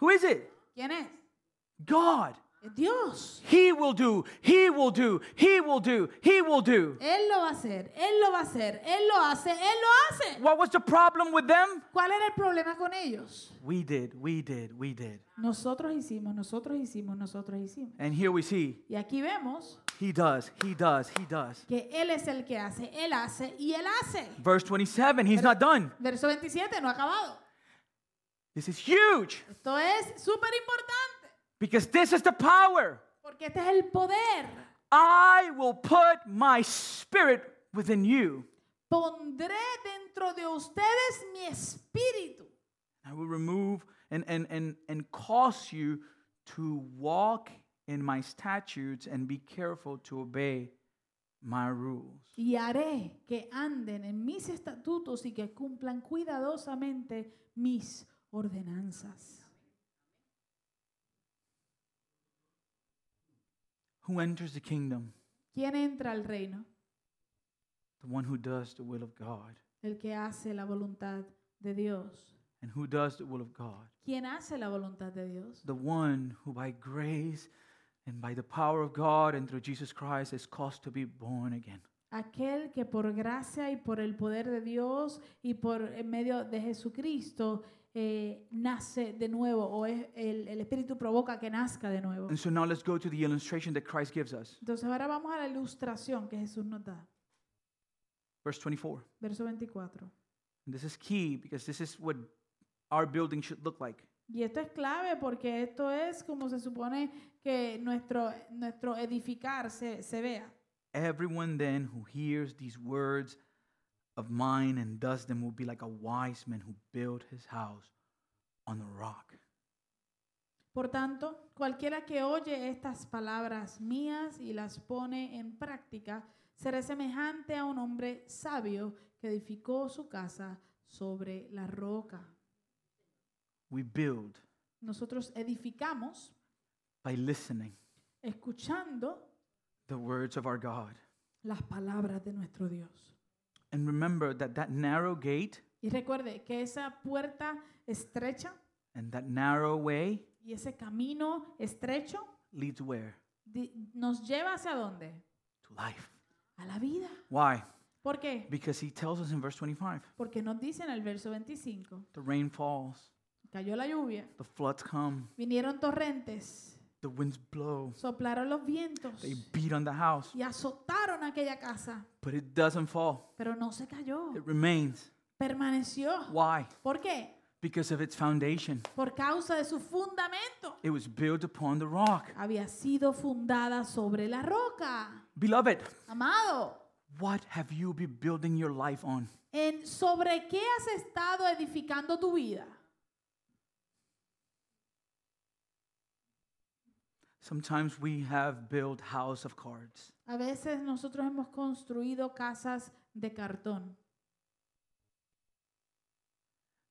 Speaker 1: Who is it?
Speaker 2: ¿Quién es?
Speaker 1: God.
Speaker 2: Es Dios.
Speaker 1: He will do, he will do, he will do, he will do.
Speaker 2: Él lo va a hacer, Él lo va a hacer, Él lo hace, Él lo hace.
Speaker 1: What was the problem with them?
Speaker 2: ¿Cuál era el problema con ellos?
Speaker 1: We did, we did, we did.
Speaker 2: Nosotros hicimos, nosotros hicimos, nosotros hicimos.
Speaker 1: And here we see,
Speaker 2: Y aquí vemos
Speaker 1: he does, he does, he does.
Speaker 2: que Él es el que hace, Él hace y Él hace.
Speaker 1: Verse 27, he's not done.
Speaker 2: Verso 27, no ha acabado.
Speaker 1: This is huge
Speaker 2: Esto es súper importante,
Speaker 1: because this is the power.
Speaker 2: porque este es el poder.
Speaker 1: I will put my spirit within you.
Speaker 2: Pondré dentro de ustedes mi espíritu.
Speaker 1: I will remove and, and, and, and cause you to walk in my statutes and be careful to obey my rules.
Speaker 2: Y haré que anden en mis estatutos y que cumplan cuidadosamente mis ordenanzas.
Speaker 1: Who enters the kingdom?
Speaker 2: ¿Quién entra al reino?
Speaker 1: The one who does the will of God.
Speaker 2: El que hace la voluntad de Dios.
Speaker 1: And who does the will of God?
Speaker 2: ¿Quién hace la voluntad de Dios?
Speaker 1: The one who by grace and by the power of God and through Jesus Christ is caused to be born again.
Speaker 2: Aquel que por gracia y por el poder de Dios y por en medio de Jesucristo eh, nace de nuevo o es- el, el Espíritu provoca que nazca de nuevo.
Speaker 1: And so now let's go to the illustration that Christ gives us.
Speaker 2: Entonces ahora vamos a la ilustración que Jesús nos da.
Speaker 1: Verse 24.
Speaker 2: Verso 24.
Speaker 1: And this is key because this is what our building should look like.
Speaker 2: Y esto es clave porque esto es como se supone que nuestro, nuestro edificar se, se vea.
Speaker 1: Everyone then who hears these words of mine and does them will be like a wise man who built his house on the rock.
Speaker 2: Por tanto, cualquiera que oye estas palabras mías y las pone en práctica, será semejante a un hombre sabio que edificó su casa sobre la roca.
Speaker 1: We build
Speaker 2: Nosotros edificamos
Speaker 1: by listening
Speaker 2: escuchando
Speaker 1: the words of our God.
Speaker 2: las palabras de nuestro Dios.
Speaker 1: And remember that that narrow gate
Speaker 2: Y recuerde que esa puerta estrecha
Speaker 1: and that narrow way
Speaker 2: y ese camino estrecho
Speaker 1: leads where?
Speaker 2: di- nos lleva hacia dónde?
Speaker 1: To life.
Speaker 2: A la vida.
Speaker 1: Why?
Speaker 2: ¿Por qué?
Speaker 1: Because he tells us in verse 25
Speaker 2: Porque nos dice en el verso 25,
Speaker 1: the rain falls,
Speaker 2: cayó la lluvia,
Speaker 1: the floods come,
Speaker 2: vinieron torrentes,
Speaker 1: the winds blow,
Speaker 2: soplaron los vientos
Speaker 1: they beat on the house,
Speaker 2: y azotaron aquella casa,
Speaker 1: but it doesn't fall.
Speaker 2: pero no se cayó,
Speaker 1: It remains.
Speaker 2: permaneció.
Speaker 1: Why?
Speaker 2: ¿Por qué?
Speaker 1: Because of its foundation.
Speaker 2: Por causa de su fundamento.
Speaker 1: It was built upon the rock.
Speaker 2: Había sido fundada sobre la roca.
Speaker 1: Beloved,
Speaker 2: Amado,
Speaker 1: what have you been building your life on?
Speaker 2: en sobre qué has estado edificando tu vida.
Speaker 1: Sometimes we have built house of cards.
Speaker 2: A veces nosotros hemos construido casas de cartón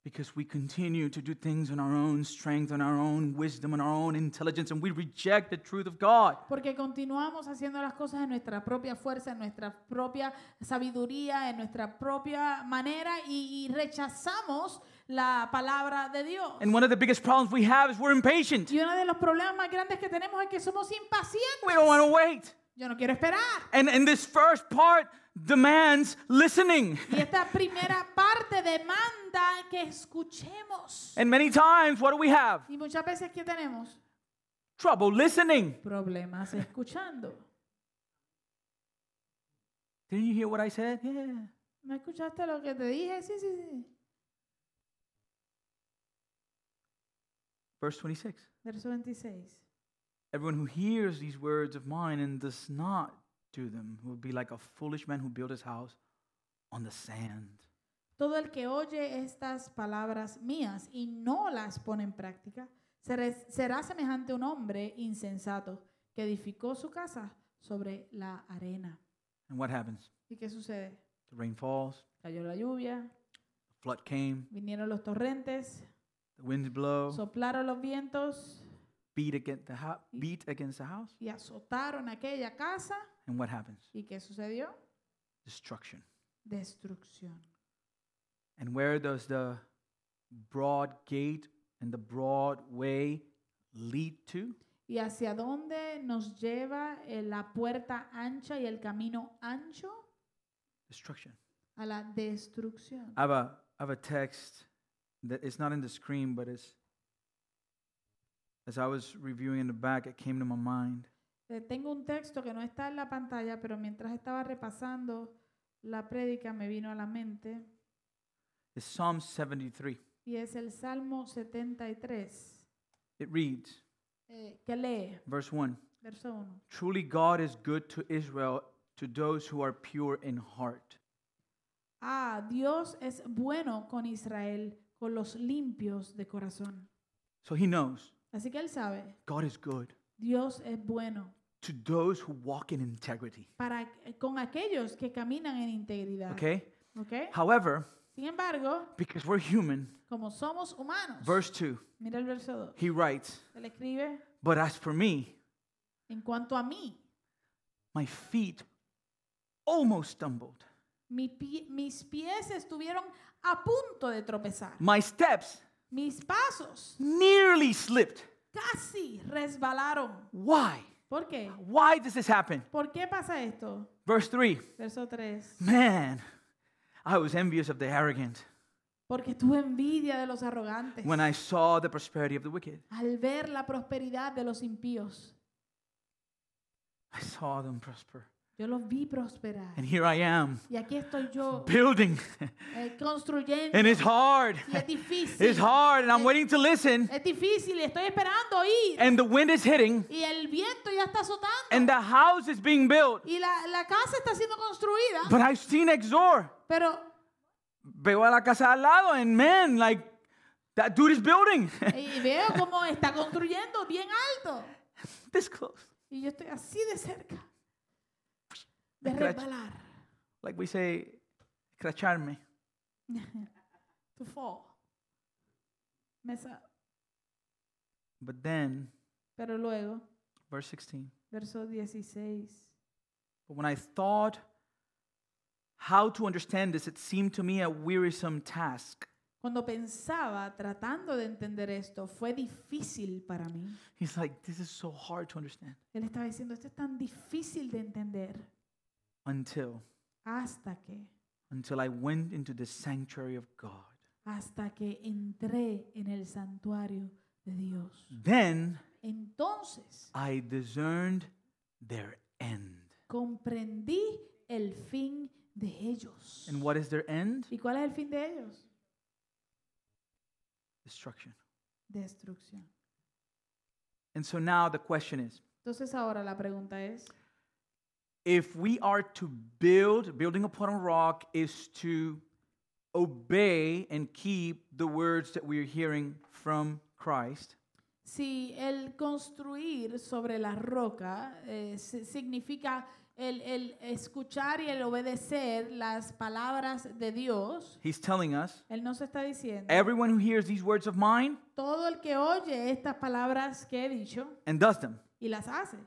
Speaker 1: Because we continue to do things on our own strength, on our own wisdom, on our own intelligence, and we reject the truth of God.
Speaker 2: porque continuamos haciendo las cosas en nuestra propia fuerza, en nuestra propia sabiduría, en nuestra propia manera y, y rechazamos la palabra de Dios.
Speaker 1: And one of the biggest problems we have is we're impatient.
Speaker 2: Y uno de los problemas más grandes que tenemos es que somos
Speaker 1: We don't want
Speaker 2: impacientes.
Speaker 1: to wait.
Speaker 2: Yo no quiero esperar.
Speaker 1: And, and this first part demands listening.
Speaker 2: Y esta primera parte demanda que escuchemos.
Speaker 1: And many times, what do we have?
Speaker 2: Y muchas veces, ¿qué tenemos?
Speaker 1: Trouble listening.
Speaker 2: Problemas escuchando.
Speaker 1: Didn't you hear what I said? Yeah.
Speaker 2: ¿No escuchaste lo que te dije? Sí, sí, sí.
Speaker 1: Verse 26.
Speaker 2: Verso 26.
Speaker 1: Everyone who hears these words of mine and does not do them will be like a foolish man who built his house on the sand.
Speaker 2: Todo el que oye estas palabras mías y no las pone en práctica, será, será semejante a un hombre insensato que edificó su casa sobre la arena.
Speaker 1: And what happens?
Speaker 2: ¿Y qué sucede?
Speaker 1: The rain falls,
Speaker 2: Cayó la lluvia,
Speaker 1: the flood came,
Speaker 2: vinieron los torrentes,
Speaker 1: the winds blow,
Speaker 2: soplaron los vientos
Speaker 1: beat against the house, beat against the house,
Speaker 2: y azotaron aquella casa.
Speaker 1: and what happens?
Speaker 2: ¿Y qué sucedió?
Speaker 1: Destruction.
Speaker 2: Destrucción.
Speaker 1: And where does the broad gate and the broad way lead to?
Speaker 2: ¿Y hacia dónde nos lleva eh, la puerta ancha y el camino ancho?
Speaker 1: Destruction.
Speaker 2: A la destrucción.
Speaker 1: I have a, I have a text that it's not in the screen, but it's as I was reviewing in the back, it came to my mind.
Speaker 2: Eh, Tengo un texto que no está en la pantalla, pero mientras estaba repasando la prédica me vino a la mente
Speaker 1: It's Psalm 73.
Speaker 2: y es el Salmo 73,
Speaker 1: It reads,
Speaker 2: eh, que lee,
Speaker 1: verse 1
Speaker 2: verso 1.
Speaker 1: Truly God is good to Israel, to those who are pure in heart.
Speaker 2: Ah, Dios es bueno con Israel, con los limpios de corazón.
Speaker 1: So he knows
Speaker 2: Así que él sabe,
Speaker 1: God is good
Speaker 2: Dios es bueno
Speaker 1: to those who walk in integrity.
Speaker 2: para eh, con aquellos que caminan en integridad.
Speaker 1: Okay?
Speaker 2: ¿ok?
Speaker 1: However,
Speaker 2: Sin embargo,
Speaker 1: because we're human,
Speaker 2: como somos humanos,
Speaker 1: verse 2,
Speaker 2: mira el verso 2.
Speaker 1: he writes,
Speaker 2: Él escribe,
Speaker 1: But as for me,
Speaker 2: en cuanto a mí,
Speaker 1: my feet almost stumbled,
Speaker 2: Mi pie- mis pies estuvieron a punto de tropezar.
Speaker 1: my steps
Speaker 2: Mis pasos
Speaker 1: nearly slipped.
Speaker 2: casi resbalaron.
Speaker 1: Why?
Speaker 2: ¿Por qué?
Speaker 1: Why does this happen?
Speaker 2: ¿Por qué pasa esto?
Speaker 1: Verse 3
Speaker 2: Verso 3.
Speaker 1: Man, I was envious of the arrogant
Speaker 2: Porque tuve envidia de los arrogantes
Speaker 1: when I saw the prosperity of the wicked.
Speaker 2: al ver la prosperidad de los impíos.
Speaker 1: I saw them prosper.
Speaker 2: Yo los vi prosperar.
Speaker 1: And here I am,
Speaker 2: Y aquí estoy yo
Speaker 1: building,
Speaker 2: eh, construyendo.
Speaker 1: and it's hard.
Speaker 2: Y es difícil.
Speaker 1: It's hard, and I'm waiting to listen,
Speaker 2: Es difícil. y Estoy esperando ir.
Speaker 1: and the wind is hitting,
Speaker 2: Y el viento ya está azotando.
Speaker 1: and the house is being built.
Speaker 2: Y la, la casa está siendo construida.
Speaker 1: But I've seen Exor.
Speaker 2: Pero
Speaker 1: Veo a la casa al lado, and man, like, that dude is building
Speaker 2: Y veo cómo está construyendo bien alto.
Speaker 1: this close.
Speaker 2: Y yo estoy así de cerca. De
Speaker 1: Escracha.
Speaker 2: resbalar.
Speaker 1: Like we say, cracharme.
Speaker 2: To fall. Mesa.
Speaker 1: But then,
Speaker 2: Pero luego,
Speaker 1: verse 16,
Speaker 2: verso 16.
Speaker 1: but when I thought how to understand this, it seemed to me a wearisome task.
Speaker 2: Cuando pensaba tratando de entender esto, fue difícil para mí.
Speaker 1: He's like, this is so hard to understand.
Speaker 2: Él estaba diciendo, esto es tan difícil de entender
Speaker 1: Until,
Speaker 2: hasta que,
Speaker 1: until I went into the sanctuary of God.
Speaker 2: hasta que entré en el santuario de Dios.
Speaker 1: Then
Speaker 2: Entonces
Speaker 1: I discerned their end.
Speaker 2: comprendí el fin de ellos.
Speaker 1: And what is their end?
Speaker 2: ¿Y cuál es el fin de ellos?
Speaker 1: Destruction.
Speaker 2: Destrucción.
Speaker 1: And so now the question is
Speaker 2: Entonces ahora la pregunta es,
Speaker 1: if we are to build, building upon a rock is to obey and keep the words that we are hearing from Christ,
Speaker 2: si el construir sobre la roca eh, si- significa el, el escuchar y el obedecer las palabras de Dios,
Speaker 1: he's telling us
Speaker 2: Él nos está diciendo,
Speaker 1: everyone who hears these words of mine
Speaker 2: todo el que oye estas palabras que he dicho
Speaker 1: and does them
Speaker 2: y las hace,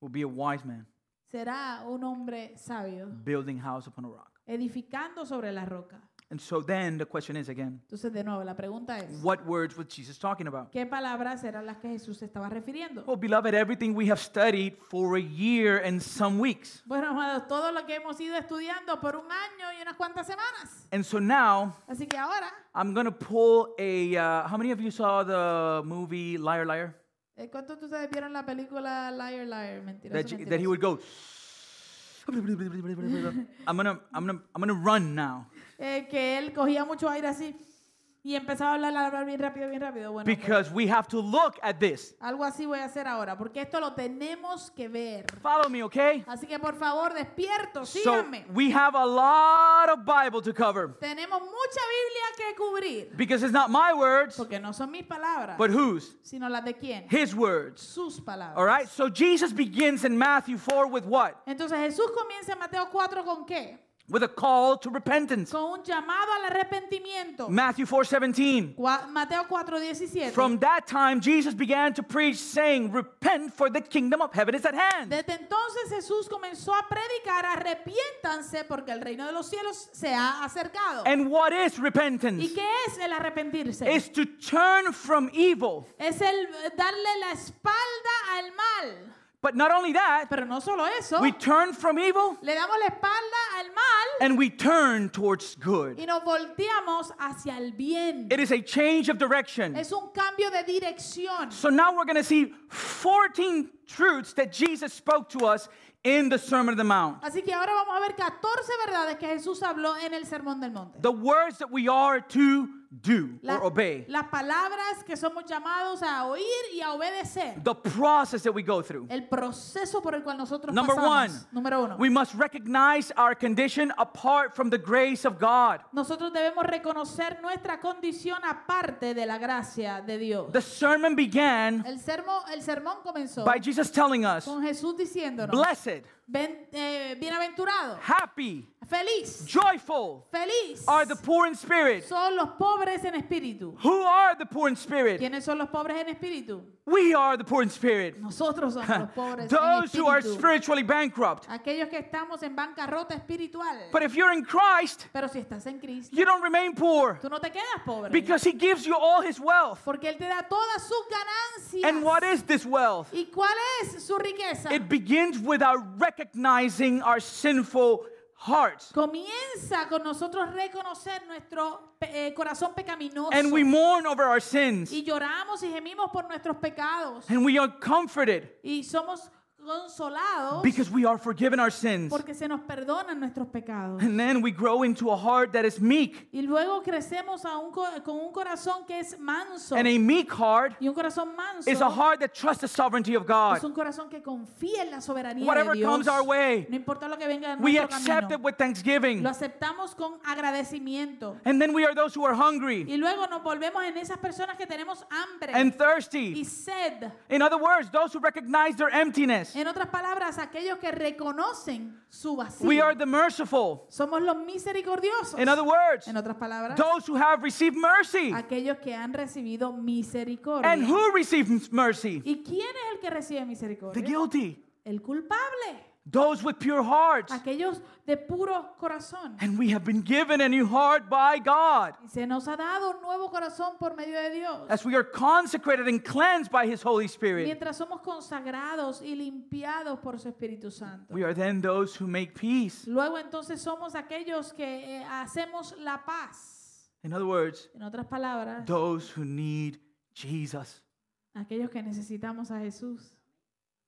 Speaker 1: will be a wise man
Speaker 2: será un hombre sabio,
Speaker 1: building house upon a rock.
Speaker 2: edificando sobre la roca.
Speaker 1: And so then the question is again,
Speaker 2: Entonces, de nuevo, la pregunta es,
Speaker 1: what words was Jesus talking about?
Speaker 2: ¿qué palabras eran las que Jesús se estaba refiriendo?
Speaker 1: Well, beloved, everything we have studied for a year and some weeks.
Speaker 2: Bueno, amados, todo lo que hemos ido estudiando por un año y unas cuantas semanas.
Speaker 1: And so now
Speaker 2: Así que ahora,
Speaker 1: I'm going to pull a. Uh, how many of you saw the movie Liar Liar?
Speaker 2: eh, ¿cuántos de ustedes vieron la película Liar Liar? Mentiroso,
Speaker 1: That, you- that he
Speaker 2: mentiroso?
Speaker 1: would go. I'm gonna, I'm gonna, I'm gonna run now
Speaker 2: Eh, que él cogía mucho aire así y empezaba a hablar, hablar bien rápido, bien rápido. Bueno, pues,
Speaker 1: because we have to look at this.
Speaker 2: algo así voy a hacer ahora, porque esto lo tenemos que ver.
Speaker 1: Follow me, okay?
Speaker 2: Así que por favor, despierto,
Speaker 1: So
Speaker 2: síganme.
Speaker 1: we have a lot of Bible to cover
Speaker 2: Tenemos mucha Biblia que cubrir,
Speaker 1: because it's not my words,
Speaker 2: porque no son mis palabras,
Speaker 1: but whose?
Speaker 2: sino las de quién?
Speaker 1: His words.
Speaker 2: Sus palabras.
Speaker 1: All right. So Jesus begins in Matthew 4 with what?
Speaker 2: Entonces Jesús comienza en Mateo 4 con qué?
Speaker 1: With a call to repentance.
Speaker 2: Con un llamado al arrepentimiento.
Speaker 1: Matthew 4:17.
Speaker 2: Gua- Mateo 4, 17.
Speaker 1: From that time, Jesus began to preach, saying, Repent, for the kingdom of heaven is at hand.
Speaker 2: Desde entonces Jesús comenzó a predicar, arrepiéntanse porque el reino de los cielos se ha acercado.
Speaker 1: And what is
Speaker 2: ¿Y
Speaker 1: repentance?
Speaker 2: qué es el arrepentirse?
Speaker 1: Is to turn from evil.
Speaker 2: Es el eh, darle la espalda al mal.
Speaker 1: But not only that,
Speaker 2: Pero no solo eso,
Speaker 1: we turn from evil
Speaker 2: le damos la espalda al mal
Speaker 1: and we turn towards
Speaker 2: y
Speaker 1: good.
Speaker 2: nos volteamos hacia el bien.
Speaker 1: It is a change of direction.
Speaker 2: Es un cambio de dirección.
Speaker 1: So now we're going to see 14 truths that Jesus spoke to us in the Sermon on the Mount.
Speaker 2: Así que ahora vamos a ver 14 verdades que Jesús habló en el Sermón del Monte.
Speaker 1: The words that we are to do
Speaker 2: La-
Speaker 1: or obey,
Speaker 2: Las palabras que somos llamados a oír y a obedecer.
Speaker 1: the process that we go through.
Speaker 2: El proceso por el cual nosotros
Speaker 1: Number
Speaker 2: Eh, pasamos.
Speaker 1: one.
Speaker 2: Número uno.
Speaker 1: We must recognize our condition apart from the grace of God.
Speaker 2: nosotros debemos reconocer nuestra condición aparte de la gracia de Dios.
Speaker 1: The sermon began
Speaker 2: El, sermo- el sermón comenzó
Speaker 1: by Jesus telling us,
Speaker 2: con Jesús diciéndonos,
Speaker 1: Blessed,
Speaker 2: "Ben- eh, bienaventurado,
Speaker 1: happy,
Speaker 2: feliz,
Speaker 1: joyful
Speaker 2: feliz
Speaker 1: are the poor in spirit.
Speaker 2: son los pobres en espíritu.
Speaker 1: Who are the poor in spirit?
Speaker 2: ¿Quiénes son los pobres en espíritu?
Speaker 1: We are the poor in spirit.
Speaker 2: Nosotros somos los pobres en
Speaker 1: Those who are
Speaker 2: espíritu.
Speaker 1: spiritually bankrupt.
Speaker 2: Aquellos que estamos en bancarrota espiritual.
Speaker 1: But if you're in Christ,
Speaker 2: Pero si estás en Cristo,
Speaker 1: you don't remain poor
Speaker 2: tú no te quedas pobre.
Speaker 1: because He gives you all His wealth.
Speaker 2: porque Él te da todas sus ganancias.
Speaker 1: And what is this wealth?
Speaker 2: ¿Y cuál es su riqueza?
Speaker 1: It begins with our recognizing our sinful hearts.
Speaker 2: Comienza con nosotros reconocer nuestro pe- eh, corazón pecaminoso.
Speaker 1: and we mourn over our sins
Speaker 2: y lloramos y gemimos por nuestros pecados.
Speaker 1: and we are comforted
Speaker 2: Y somos consolados
Speaker 1: because we are forgiven our sins
Speaker 2: porque se nos perdonan nuestros pecados.
Speaker 1: and then we grow into a heart that is meek
Speaker 2: Y luego crecemos a un co- con un corazón que es manso.
Speaker 1: and a meek heart
Speaker 2: Y un corazón manso
Speaker 1: is a heart that trusts the sovereignty of God
Speaker 2: es un corazón que confía en la soberanía
Speaker 1: whatever
Speaker 2: de Dios.
Speaker 1: comes our way
Speaker 2: no importa lo que venga en
Speaker 1: we
Speaker 2: nuestro
Speaker 1: accept it
Speaker 2: camino.
Speaker 1: with thanksgiving
Speaker 2: Lo aceptamos con agradecimiento.
Speaker 1: and then we are those who are hungry
Speaker 2: Y luego nos volvemos en esas personas que tenemos hambre
Speaker 1: and
Speaker 2: y
Speaker 1: thirsty
Speaker 2: sed.
Speaker 1: in other words those who recognize their emptiness
Speaker 2: En otras palabras, aquellos que reconocen su
Speaker 1: We
Speaker 2: vacío.
Speaker 1: are the merciful.
Speaker 2: Somos los misericordiosos.
Speaker 1: In other words,
Speaker 2: En otras palabras,
Speaker 1: those who have received mercy.
Speaker 2: aquellos que han recibido misericordia.
Speaker 1: And who receives mercy?
Speaker 2: ¿Y quién es el que recibe
Speaker 1: The
Speaker 2: misericordia?
Speaker 1: guilty.
Speaker 2: El culpable.
Speaker 1: Those with pure hearts.
Speaker 2: Aquellos de puro corazón.
Speaker 1: And we have been given a new heart by God.
Speaker 2: Y se nos ha dado un nuevo corazón por medio de Dios.
Speaker 1: As we are consecrated and cleansed by His Holy Spirit,
Speaker 2: Mientras somos consagrados y limpiados por su Espíritu Santo.
Speaker 1: we are then those who make peace.
Speaker 2: Luego entonces somos aquellos que eh, hacemos la paz.
Speaker 1: In other words,
Speaker 2: En otras palabras,
Speaker 1: those who need Jesus.
Speaker 2: aquellos que necesitamos a Jesús.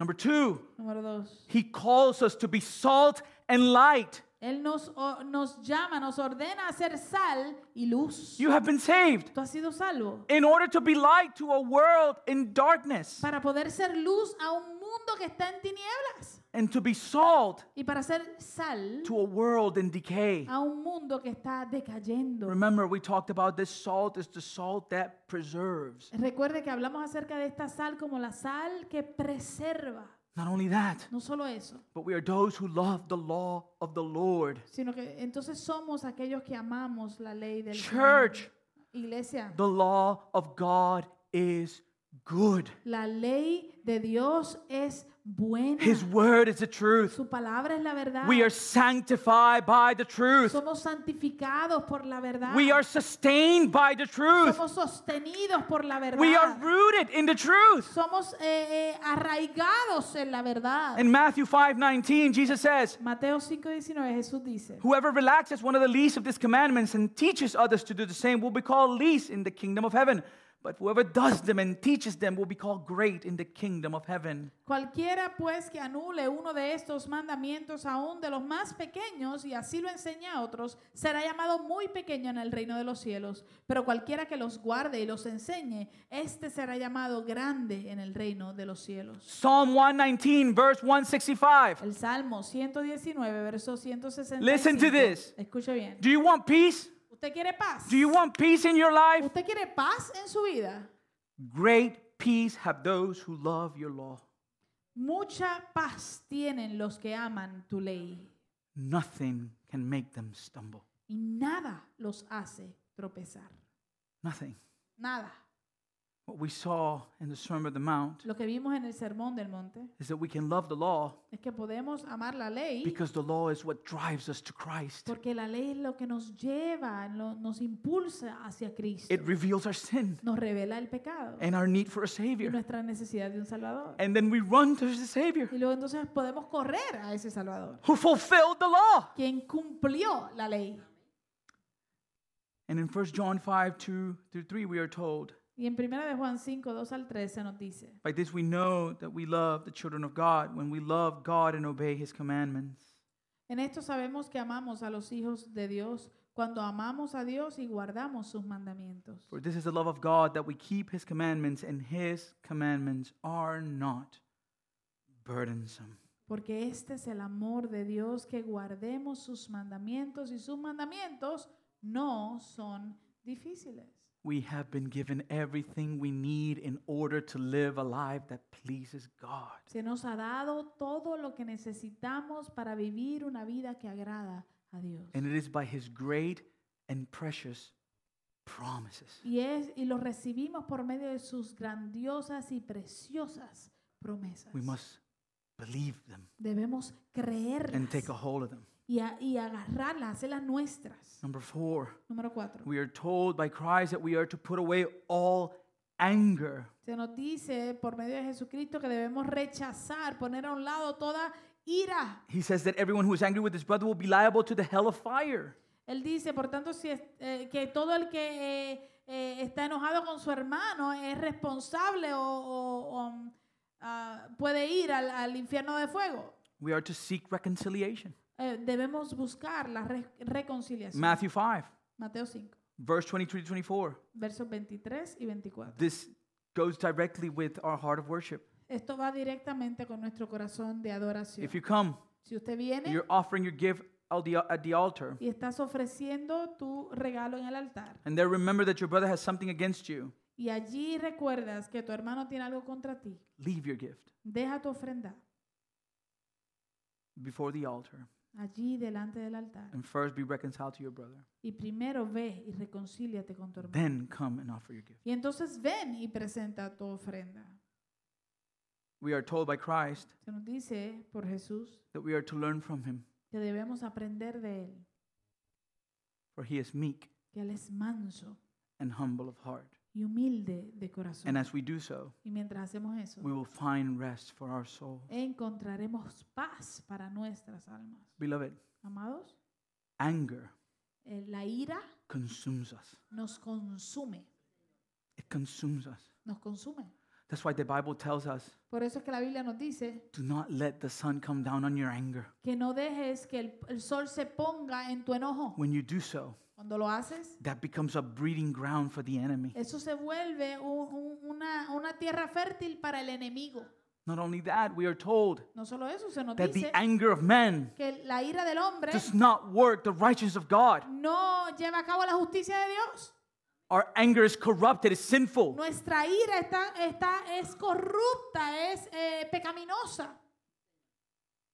Speaker 1: Number two,
Speaker 2: Número dos.
Speaker 1: He calls us to be salt and light.
Speaker 2: Él nos, o- nos llama, nos ordena a ser sal y luz.
Speaker 1: You have been saved
Speaker 2: Tú has sido salvo.
Speaker 1: in order to be light to a world in darkness
Speaker 2: Para poder ser luz a un mundo que está en tinieblas.
Speaker 1: and to be salt
Speaker 2: Y para ser sal
Speaker 1: to a world in decay.
Speaker 2: a un mundo que está decayendo.
Speaker 1: Remember, we talked about this salt is the salt that preserves.
Speaker 2: Recuerde que hablamos acerca de esta sal como la sal que preserva.
Speaker 1: Not only that,
Speaker 2: No solo eso,
Speaker 1: but we are those who love the law of the Lord.
Speaker 2: sino que entonces somos aquellos que amamos la ley del Señor.
Speaker 1: Church,
Speaker 2: Iglesia,
Speaker 1: the law of God is good.
Speaker 2: la ley de Dios es buena.
Speaker 1: His word is the truth.
Speaker 2: Su palabra es la verdad.
Speaker 1: We are sanctified by the truth.
Speaker 2: Somos santificados por la verdad.
Speaker 1: We are sustained by the truth.
Speaker 2: Somos sostenidos por la verdad.
Speaker 1: We are rooted in the truth.
Speaker 2: Somos eh, eh, arraigados en la verdad.
Speaker 1: In Matthew 5:19, Jesus says,
Speaker 2: Mateo 5:19 Jesús dice,
Speaker 1: Whoever relaxes one of the least of these commandments and teaches others to do the same will be called least in the kingdom of heaven. But whoever does them and teaches them will be called great in the kingdom of heaven.
Speaker 2: Cualquiera pues que anule uno de estos mandamientos aún de los más pequeños y así lo enseña a otros, será llamado muy pequeño en el reino de los cielos. Pero cualquiera que los guarde y los enseñe, este será llamado grande en el reino de los cielos.
Speaker 1: Psalm 119, verse 165.
Speaker 2: El Salmo 119, verso 165.
Speaker 1: Listen to this.
Speaker 2: Escuche bien.
Speaker 1: Do you want peace?
Speaker 2: ¿Usted quiere paz?
Speaker 1: Do you want peace in your life?
Speaker 2: ¿Usted quiere paz en su vida?
Speaker 1: Great peace have those who love your law.
Speaker 2: Mucha paz tienen los que aman tu ley
Speaker 1: Nothing can make them stumble.
Speaker 2: y nada los hace tropezar.
Speaker 1: Nothing.
Speaker 2: Nada.
Speaker 1: What we saw in the Sermon of the Mount
Speaker 2: Lo que vimos en el Sermón del Monte
Speaker 1: is that we can love the law
Speaker 2: es que podemos amar la ley
Speaker 1: because the law is what drives us to Christ.
Speaker 2: porque la ley es lo que nos lleva, lo- nos impulsa hacia Cristo.
Speaker 1: It reveals our sin
Speaker 2: Nos revela el pecado
Speaker 1: and our need for a
Speaker 2: y
Speaker 1: Savior.
Speaker 2: nuestra necesidad de un Salvador.
Speaker 1: And then we run to the Savior
Speaker 2: Y luego entonces podemos correr a ese Salvador,
Speaker 1: who fulfilled the law.
Speaker 2: quien cumplió la ley.
Speaker 1: And in 1 John 5 2 through 3, we are told,
Speaker 2: Y en 1 de Juan 5, 2 al 3 se nos dice,
Speaker 1: By this we know that we love the children of God when we love God and obey His commandments.
Speaker 2: en esto sabemos que amamos a los hijos de Dios cuando amamos a Dios y guardamos sus mandamientos.
Speaker 1: For this is the love of God that we keep His commandments, and His commandments are not burdensome.
Speaker 2: Porque este es el amor de Dios, que guardemos sus mandamientos y sus mandamientos no son difíciles.
Speaker 1: We have been given everything we need in order to live a life that pleases God.
Speaker 2: Se nos ha dado todo lo que necesitamos para vivir una vida que agrada a Dios.
Speaker 1: And it is by His great and precious promises.
Speaker 2: Y, es, y lo recibimos por medio de sus grandiosas y preciosas promesas.
Speaker 1: We must believe them
Speaker 2: Debemos
Speaker 1: and take a
Speaker 2: creerlas
Speaker 1: hold of them.
Speaker 2: y, a- y agarrarlas, hacerlas nuestras.
Speaker 1: Number four,
Speaker 2: Número cuatro.
Speaker 1: we are told by Christ that we are to put away all anger.
Speaker 2: Se nos dice por medio de Jesucristo que debemos rechazar, poner a un lado toda ira.
Speaker 1: He says that everyone who is angry with his brother will be liable to the hell of fire.
Speaker 2: Él dice, por tanto, si es- eh, que todo el que eh, eh, está enojado con su hermano es responsable o, o- o, mm, ah, puede ir al, al infierno de fuego.
Speaker 1: We are to seek reconciliation.
Speaker 2: Eh, debemos buscar la re- reconciliación.
Speaker 1: Matthew 5,
Speaker 2: Mateo 5,
Speaker 1: verse 23 to 24.
Speaker 2: versos 23 y 24.
Speaker 1: This goes directly with our heart of worship.
Speaker 2: Esto va directamente con nuestro corazón de adoración.
Speaker 1: If you come,
Speaker 2: Si usted viene
Speaker 1: you're offering your gift at the, at the altar,
Speaker 2: y estás ofreciendo tu regalo en el altar,
Speaker 1: and there remember that your brother has something against you,
Speaker 2: y allí recuerdas que tu hermano tiene algo contra ti,
Speaker 1: leave your gift.
Speaker 2: deja tu ofrenda
Speaker 1: before the altar
Speaker 2: allí delante del altar.
Speaker 1: and first be reconciled to your brother.
Speaker 2: Y primero ve y reconcíliate con tu hermano.
Speaker 1: Then come and offer your gift.
Speaker 2: Y entonces ven y presenta tu ofrenda.
Speaker 1: We are told by Christ
Speaker 2: Se nos dice por Jesús
Speaker 1: that we are to learn from him,
Speaker 2: que debemos aprender de él,
Speaker 1: for he is meek
Speaker 2: que él es manso
Speaker 1: and humble of heart.
Speaker 2: y humilde de
Speaker 1: And
Speaker 2: corazón.
Speaker 1: as we do so,
Speaker 2: Y mientras hacemos eso,
Speaker 1: we will find rest for our souls.
Speaker 2: encontraremos paz para nuestras almas.
Speaker 1: Beloved,
Speaker 2: Amados,
Speaker 1: anger
Speaker 2: eh, la ira
Speaker 1: consumes us.
Speaker 2: nos consume,
Speaker 1: It consumes us.
Speaker 2: nos consume.
Speaker 1: That's why the Bible tells us
Speaker 2: Por eso es que la Biblia nos dice
Speaker 1: do not let the sun come down on your anger.
Speaker 2: que no dejes que el, el sol se ponga en tu enojo.
Speaker 1: When you do so,
Speaker 2: Cuando lo haces,
Speaker 1: that becomes a breeding ground for the enemy.
Speaker 2: eso se vuelve un- un- una, una tierra fértil para el enemigo.
Speaker 1: Not only that, we are told
Speaker 2: No solo eso, se nos
Speaker 1: that the
Speaker 2: dice
Speaker 1: anger of men
Speaker 2: que la ira del hombre
Speaker 1: does not work the righteousness of God.
Speaker 2: no lleva a cabo la justicia de Dios.
Speaker 1: Our anger is corrupted, it's sinful.
Speaker 2: Nuestra ira está, está, es corrupta, es eh, pecaminosa.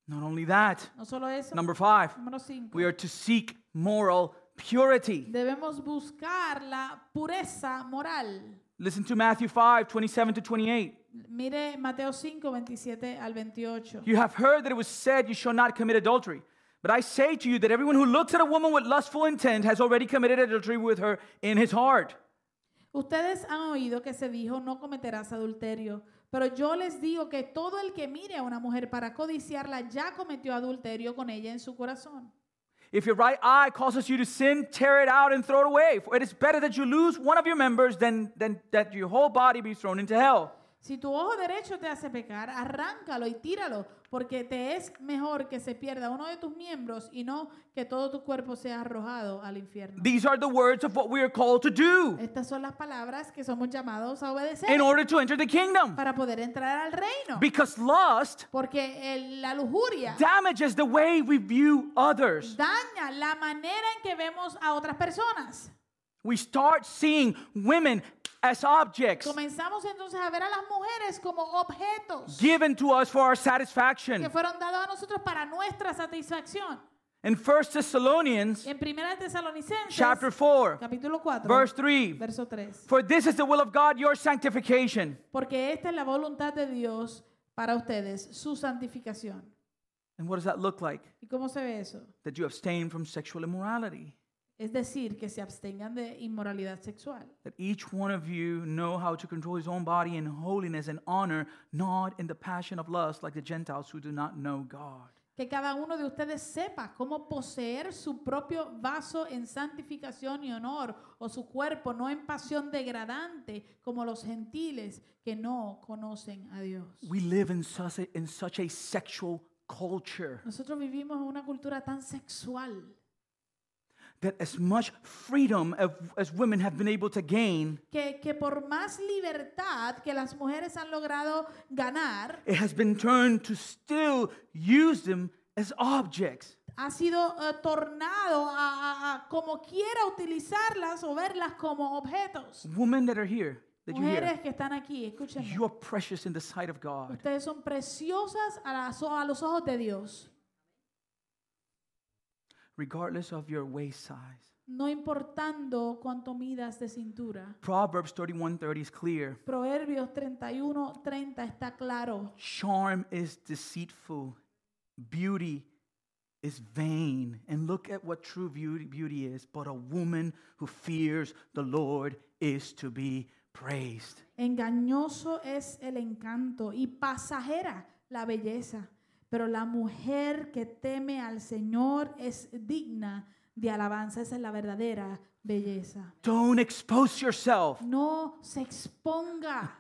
Speaker 1: Not only that,
Speaker 2: No solo eso.
Speaker 1: number five,
Speaker 2: Número 5.
Speaker 1: we are to seek moral purity.
Speaker 2: Debemos buscar la pureza moral.
Speaker 1: Listen to Matthew 5 27 to 28.
Speaker 2: Mire Mateo 5, 27 al 28.
Speaker 1: You have heard that it was said, You shall not commit adultery. But I say to you that everyone who looks at a woman with lustful intent has already committed adultery with her in his heart.
Speaker 2: Ustedes han oído que se dijo, no cometerás adulterio. Pero yo les digo que todo el que mire a una mujer para codiciarla ya cometió adulterio con ella en su corazón.
Speaker 1: If your right eye causes you to sin, tear it out and throw it away. For it is better that you lose one of your members than, than that your whole body be thrown into hell.
Speaker 2: Si tu ojo derecho te hace pecar, arráncalo y tíralo, porque te es mejor que se pierda uno de tus miembros y no que todo tu cuerpo sea arrojado al infierno.
Speaker 1: These are the words of what we are called to do
Speaker 2: Estas son las palabras que somos llamados a obedecer
Speaker 1: in order to enter the kingdom.
Speaker 2: para poder entrar al reino.
Speaker 1: Because lust
Speaker 2: Porque el- la lujuria
Speaker 1: damages the way we view others.
Speaker 2: daña la manera en que vemos a otras personas.
Speaker 1: We start seeing women as objects
Speaker 2: Comenzamos entonces a ver a las mujeres como objetos
Speaker 1: given to us for our
Speaker 2: que
Speaker 1: satisfaction.
Speaker 2: fueron dados a nosotros para nuestra satisfacción.
Speaker 1: In 1 Thessalonians
Speaker 2: En 1 Tesalonicenses,
Speaker 1: chapter 4,
Speaker 2: capítulo 4,
Speaker 1: verse 3,
Speaker 2: verso 3.
Speaker 1: for this is the will of God, your sanctification.
Speaker 2: Porque esta es la voluntad de Dios para ustedes, su santificación.
Speaker 1: And what does that look like?
Speaker 2: ¿Y cómo se ve eso?
Speaker 1: That you abstain from sexual immorality.
Speaker 2: Es decir, que se abstengan de inmoralidad sexual.
Speaker 1: That each one of you know how to control his own body in holiness and honor, not in the passion of lust like the Gentiles who do not know God.
Speaker 2: Que cada uno de ustedes sepa cómo poseer su propio vaso en santificación y honor, o su cuerpo no en pasión degradante, como los gentiles que no conocen a Dios.
Speaker 1: We live in such a, in such a sexual culture
Speaker 2: Nosotros vivimos en una cultura tan sexual
Speaker 1: that as much freedom of, as women have been able to gain,
Speaker 2: que, que por más libertad que las mujeres han logrado ganar,
Speaker 1: it has been turned to still use them as objects.
Speaker 2: ha sido eh, tornado a, a- a como quiera utilizarlas o verlas como objetos.
Speaker 1: Women that are here, that you hear,
Speaker 2: Mujeres que están aquí, escúchenme.
Speaker 1: you are precious in the sight of God.
Speaker 2: Ustedes son preciosas a, las- a los ojos de Dios.
Speaker 1: regardless of your waist size.
Speaker 2: No importando cuánto midas de cintura.
Speaker 1: Proverbs 31:30 is clear.
Speaker 2: Proverbios 31, 30 está claro.
Speaker 1: Charm is deceitful, beauty is vain. And look at what true beauty, beauty is, but a woman who fears the Lord is to be praised.
Speaker 2: Engañoso es el encanto y pasajera la belleza. Pero la mujer que teme al Señor es digna de alabanza. Esa es la verdadera belleza.
Speaker 1: Don't expose yourself.
Speaker 2: No se exponga.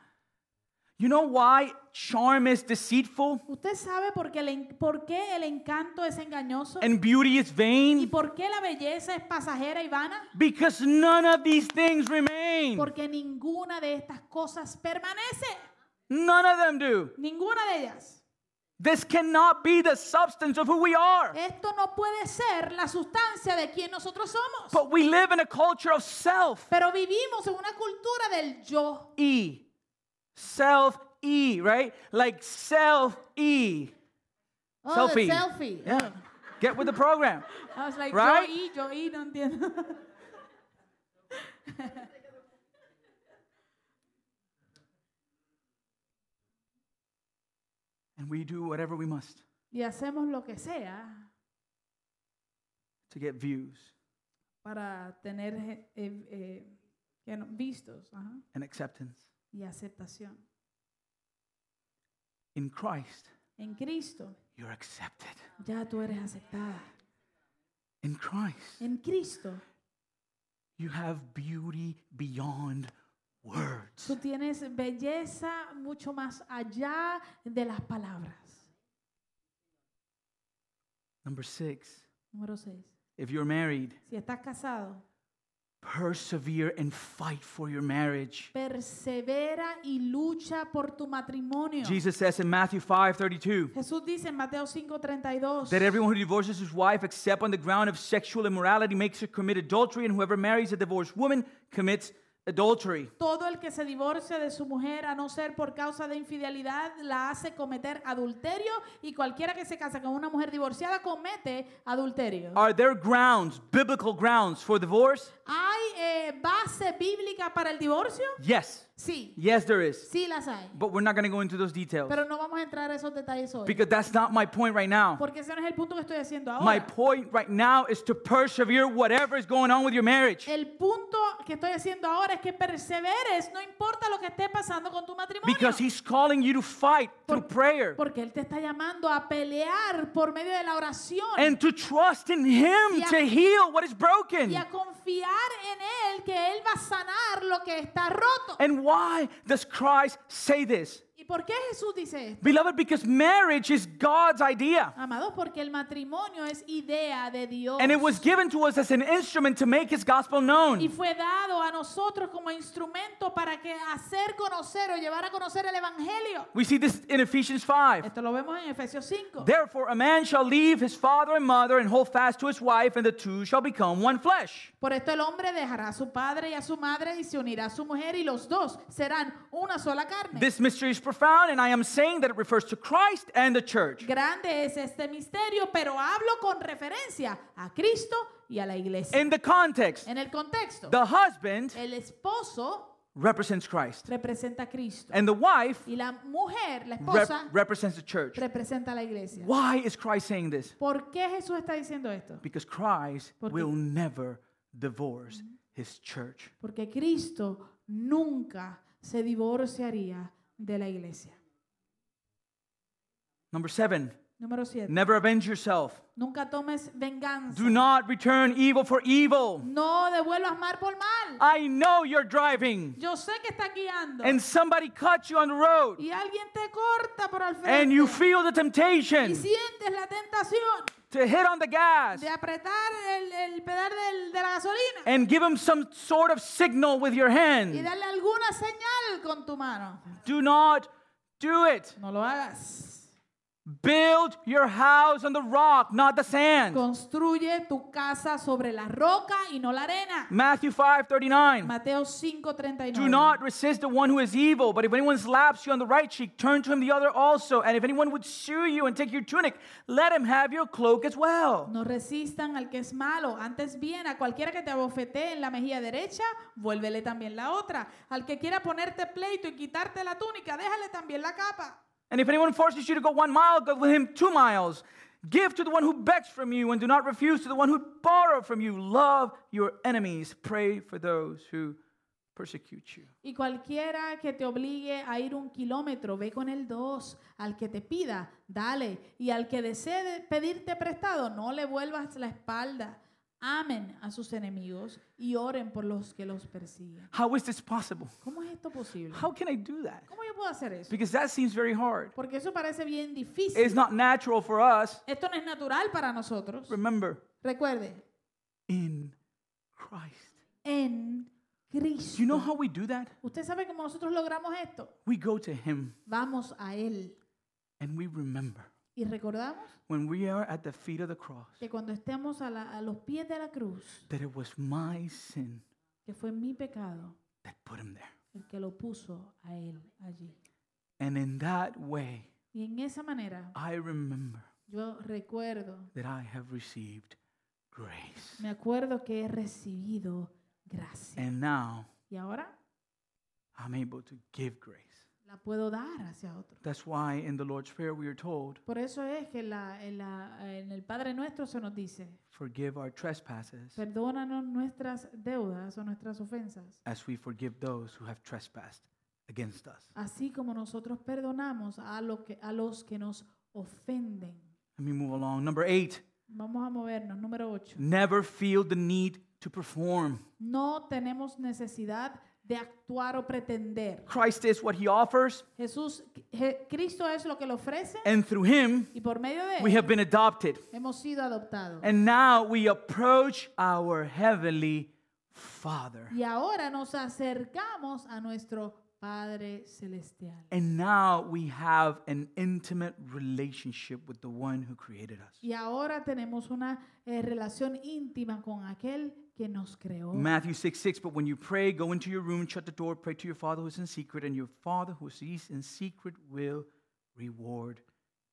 Speaker 1: You know why charm is deceitful
Speaker 2: ¿Usted sabe por qué el, en- por qué el encanto es engañoso?
Speaker 1: and beauty is
Speaker 2: ¿Y
Speaker 1: vain?
Speaker 2: por qué la belleza es pasajera y vana?
Speaker 1: Because none of these things remain.
Speaker 2: Porque ninguna de estas cosas permanece.
Speaker 1: None of them do.
Speaker 2: Ninguna de ellas.
Speaker 1: This cannot be the substance of who we are.
Speaker 2: Esto no puede ser la sustancia de quien nosotros somos.
Speaker 1: But we live in a culture of self.
Speaker 2: Pero vivimos en una cultura del yo.
Speaker 1: E. Self E, right? Like self E.
Speaker 2: Oh, the
Speaker 1: Selfie.
Speaker 2: selfie.
Speaker 1: Yeah. Get with the program.
Speaker 2: I was like,
Speaker 1: Right?
Speaker 2: Joey, Joey, no entiendo.
Speaker 1: And we do whatever we must
Speaker 2: y hacemos lo que sea
Speaker 1: to get views
Speaker 2: para tener eh, eh, que no- vistos ajá,
Speaker 1: and acceptance.
Speaker 2: y aceptación.
Speaker 1: In Christ,
Speaker 2: En Cristo
Speaker 1: you're accepted.
Speaker 2: ya tú eres aceptada.
Speaker 1: In Christ,
Speaker 2: En Cristo
Speaker 1: you have beauty beyond words.
Speaker 2: tú tienes belleza mucho más allá de las palabras.
Speaker 1: Number six,
Speaker 2: Número 6.
Speaker 1: if you're married,
Speaker 2: Si estás casado,
Speaker 1: persevere and fight for your marriage.
Speaker 2: persevera y lucha por tu matrimonio.
Speaker 1: Jesus says in Matthew 5 32
Speaker 2: Jesús dice en Mateo 5:32
Speaker 1: that everyone who divorces his wife except on the ground of sexual immorality makes her commit adultery, and whoever marries a divorced woman commits adultery.
Speaker 2: Todo el que se divorcia de su mujer a no ser por causa de infidelidad la hace cometer adulterio y cualquiera que se casa con una mujer divorciada comete adulterio.
Speaker 1: Are there grounds, biblical grounds for divorce?
Speaker 2: ¿Hay eh, base bíblica para el divorcio?
Speaker 1: Yes.
Speaker 2: Sí,
Speaker 1: Yes, there is.
Speaker 2: sí las hay.
Speaker 1: But we're not going to go into those details
Speaker 2: Pero no vamos a entrar a esos detalles hoy.
Speaker 1: because that's not my point right now.
Speaker 2: Porque ese no es el punto que estoy haciendo
Speaker 1: My
Speaker 2: ahora.
Speaker 1: point right now is to persevere whatever is going on with your marriage
Speaker 2: El punto que estoy haciendo ahora es que perseveres, no importa lo que esté pasando con tu matrimonio.
Speaker 1: because he's calling you to fight through prayer
Speaker 2: Porque Él te está llamando a pelear por medio de la oración.
Speaker 1: and to trust in him
Speaker 2: Yeah.
Speaker 1: to heal what is
Speaker 2: y
Speaker 1: broken.
Speaker 2: a confiar en Él que Él va a sanar lo que está roto.
Speaker 1: And why does Christ say this?
Speaker 2: ¿Y por qué Jesús dice esto?
Speaker 1: Beloved, because marriage is God's idea.
Speaker 2: Amados, porque el matrimonio es idea de Dios.
Speaker 1: And it was given to us as an instrument to make his gospel
Speaker 2: y
Speaker 1: known.
Speaker 2: fue dado a nosotros como instrumento para que hacer conocer o llevar a conocer el Evangelio.
Speaker 1: We see this in Ephesians 5.
Speaker 2: Esto lo vemos en Efesios 5.
Speaker 1: Therefore, a man shall leave his father and mother and hold fast to his wife, and the two shall become one flesh.
Speaker 2: Por esto el hombre dejará a su padre y a su madre y se unirá a su mujer y los dos serán una sola carne.
Speaker 1: This mystery is profound, and I am saying that it refers to Christ and the church.
Speaker 2: Grande es este misterio, pero hablo con referencia a Cristo y a la iglesia.
Speaker 1: In the context,
Speaker 2: En el contexto,
Speaker 1: Em, the husband
Speaker 2: el esposo
Speaker 1: represents Christ,
Speaker 2: representa a Cristo
Speaker 1: and the wife
Speaker 2: y la mujer, la
Speaker 1: rep-
Speaker 2: esposa,
Speaker 1: represents the church.
Speaker 2: representa a la iglesia.
Speaker 1: Why is Christ saying this?
Speaker 2: ¿Por qué Jesús está diciendo esto?
Speaker 1: Because Christ
Speaker 2: Porque- Mm-hmm.
Speaker 1: will never divorce his church.
Speaker 2: Porque Cristo nunca se divorciaría de la iglesia.
Speaker 1: Number seven,
Speaker 2: Número 7.
Speaker 1: never avenge yourself.
Speaker 2: Nunca tomes venganza.
Speaker 1: Do not return evil for evil.
Speaker 2: No devuelvas mal por mal.
Speaker 1: I know you're driving
Speaker 2: Yo sé que estás guiando
Speaker 1: and somebody cut you on the road
Speaker 2: y alguien te corta por al
Speaker 1: and you
Speaker 2: frente
Speaker 1: feel the
Speaker 2: y
Speaker 1: temptation
Speaker 2: sientes la tentación
Speaker 1: to hit on the gas
Speaker 2: de apretar el, el pedal del- de la gasolina.
Speaker 1: and give him some sort of signal with your
Speaker 2: y
Speaker 1: hand.
Speaker 2: dale alguna señal con tu mano.
Speaker 1: Do not do it.
Speaker 2: No lo hagas.
Speaker 1: Build your house on the rock, not the sand.
Speaker 2: Construye tu casa sobre la roca y no la arena.
Speaker 1: Matthew 5:39.
Speaker 2: Mateo
Speaker 1: Mm.
Speaker 2: 5:39.
Speaker 1: Do not resist the one who is evil, but if anyone slaps you on the right cheek, turn to him the other also. And if anyone would sue you and take your tunic, let him have your cloak as well.
Speaker 2: No resistan al que es malo, antes bien a cualquiera que te abofetee en la mejilla derecha, vuélvele también la otra. Al que quiera ponerte pleito y quitarte la túnica, déjale también la capa.
Speaker 1: And if anyone forces you to go one mile, go with him two miles. Give to the one who begs from you, and do not refuse to the one who borrows from you. Love your enemies, pray for those who persecute you.
Speaker 2: Y cualquiera que te obligue a ir un kilómetro, ve con el dos. Al que te pida, dale. Y al que desee pedirte prestado, no le vuelvas la espalda. Amen a sus enemigos y oren por los que los persiguen.
Speaker 1: How is this possible?
Speaker 2: ¿Cómo es esto posible?
Speaker 1: How can I do that?
Speaker 2: ¿Cómo yo puedo hacer eso?
Speaker 1: Because that seems very hard.
Speaker 2: Porque eso parece bien difícil.
Speaker 1: It's not natural for us.
Speaker 2: Esto no es natural para nosotros.
Speaker 1: Remember,
Speaker 2: Recuerde,
Speaker 1: in Christ.
Speaker 2: en
Speaker 1: Do you know
Speaker 2: Cristo.
Speaker 1: how we do that?
Speaker 2: ¿Usted sabe cómo nosotros logramos esto?
Speaker 1: We go to Him
Speaker 2: Vamos a Él
Speaker 1: and we remember
Speaker 2: y recordamos
Speaker 1: when we are at the feet of the cross
Speaker 2: que cuando estemos a, la- a los pies de la cruz,
Speaker 1: that it was my sin
Speaker 2: que fue mi pecado
Speaker 1: that put Him there.
Speaker 2: el que lo puso a Él allí.
Speaker 1: And in that way,
Speaker 2: Y en esa manera
Speaker 1: I remember
Speaker 2: Yo recuerdo,
Speaker 1: that I have received grace.
Speaker 2: me acuerdo que he recibido gracia.
Speaker 1: And now
Speaker 2: Y ahora
Speaker 1: I'm able to give grace.
Speaker 2: la puedo dar hacia otro.
Speaker 1: That's why in the Lord's Prayer we are told,
Speaker 2: Por eso es que en, la- en la- en el Padre Nuestro se nos dice,
Speaker 1: forgive our trespasses
Speaker 2: perdónanos nuestras deudas o nuestras ofensas,
Speaker 1: as we forgive those who have trespassed against us.
Speaker 2: así como nosotros perdonamos a, lo que, a los que nos ofenden.
Speaker 1: Let me move along. Number eight,
Speaker 2: Vamos a movernos, número 8.
Speaker 1: never feel the need to perform.
Speaker 2: No tenemos necesidad de actuar o pretender.
Speaker 1: Christ is what he offers,
Speaker 2: Jesús, Je- Cristo es lo que le ofrece
Speaker 1: and through him
Speaker 2: y por medio de
Speaker 1: we
Speaker 2: él
Speaker 1: have been adopted.
Speaker 2: hemos sido adoptados.
Speaker 1: And now we approach our heavenly Father.
Speaker 2: Y ahora nos acercamos a nuestro Padre Celestial.
Speaker 1: And now we have an intimate relationship with the one who created us.
Speaker 2: Y ahora tenemos una eh, relación íntima con aquel que nos creó.
Speaker 1: Matthew 6 6, but when you pray, go into your room, shut the door, pray to your Father who is in secret, and your Father who sees in secret will reward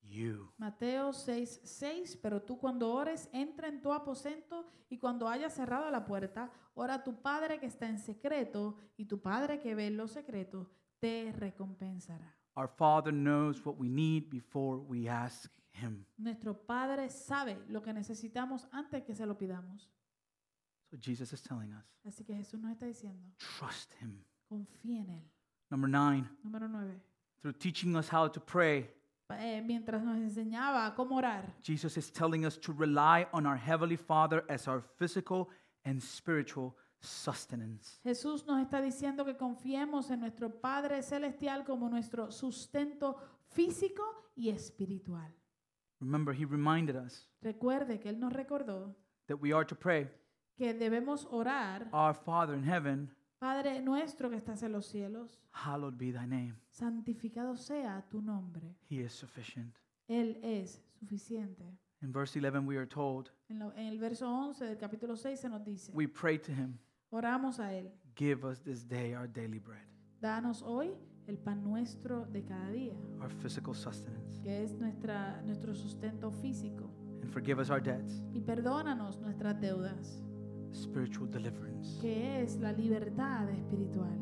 Speaker 1: you.
Speaker 2: Mateo 6, 6, pero tú cuando ores, entra en tu aposento y cuando hayas cerrado la puerta, ora a tu Padre que está en secreto y tu Padre que ve en lo secreto te recompensará.
Speaker 1: Our Father knows what we need before we ask Him.
Speaker 2: Nuestro Padre sabe lo que necesitamos antes que se lo pidamos.
Speaker 1: So Jesus is telling us,
Speaker 2: Así que Jesús nos está diciendo,
Speaker 1: trust Him.
Speaker 2: confía en Él.
Speaker 1: Number nine,
Speaker 2: Número 9.
Speaker 1: through teaching us how to pray,
Speaker 2: mientras nos enseñaba cómo orar,
Speaker 1: Jesus is telling us to rely on our Heavenly Father as our physical and spiritual sustenance.
Speaker 2: Jesús nos está diciendo que confiemos en nuestro Padre Celestial como nuestro sustento físico y espiritual.
Speaker 1: Remember, He reminded us
Speaker 2: Recuerde que Él nos recordó
Speaker 1: that we are to pray,
Speaker 2: que debemos orar,
Speaker 1: Our Father in heaven,
Speaker 2: Padre nuestro que estás en los cielos,
Speaker 1: hallowed be thy name.
Speaker 2: santificado sea tu nombre.
Speaker 1: He is sufficient.
Speaker 2: Él es suficiente.
Speaker 1: In verse 11, we are told,
Speaker 2: En, lo- en el verso 11 del capítulo 6 se nos dice,
Speaker 1: We pray to him,
Speaker 2: oramos a Él,
Speaker 1: Give us this day our daily bread,
Speaker 2: danos hoy el pan nuestro de cada día,
Speaker 1: our physical sustenance,
Speaker 2: que es nuestra, nuestro sustento físico,
Speaker 1: and forgive us our debts,
Speaker 2: y perdónanos nuestras deudas.
Speaker 1: spiritual deliverance,
Speaker 2: que es la libertad espiritual.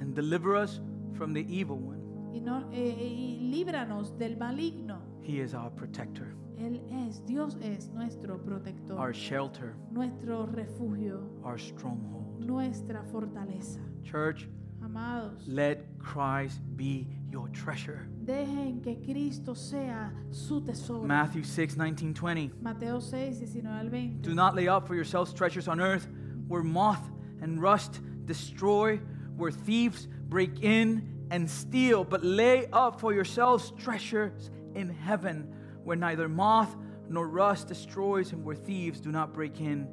Speaker 1: and deliver us from the evil one.
Speaker 2: Y, no, eh, eh, y líbranos del maligno.
Speaker 1: He is our protector,
Speaker 2: Él es, Dios es nuestro protector,
Speaker 1: our shelter,
Speaker 2: nuestro refugio,
Speaker 1: our stronghold.
Speaker 2: nuestra fortaleza.
Speaker 1: Church,
Speaker 2: Amados,
Speaker 1: let Christ be your treasure.
Speaker 2: dejen que Cristo sea su tesoro.
Speaker 1: Matthew 6 19 20.
Speaker 2: Mateo 6, 19 al 20.
Speaker 1: Do not lay up for yourselves treasures on earth where moth and rust destroy, where thieves break in and steal, but lay up for yourselves treasures in heaven where neither moth nor rust destroys and where thieves do not break in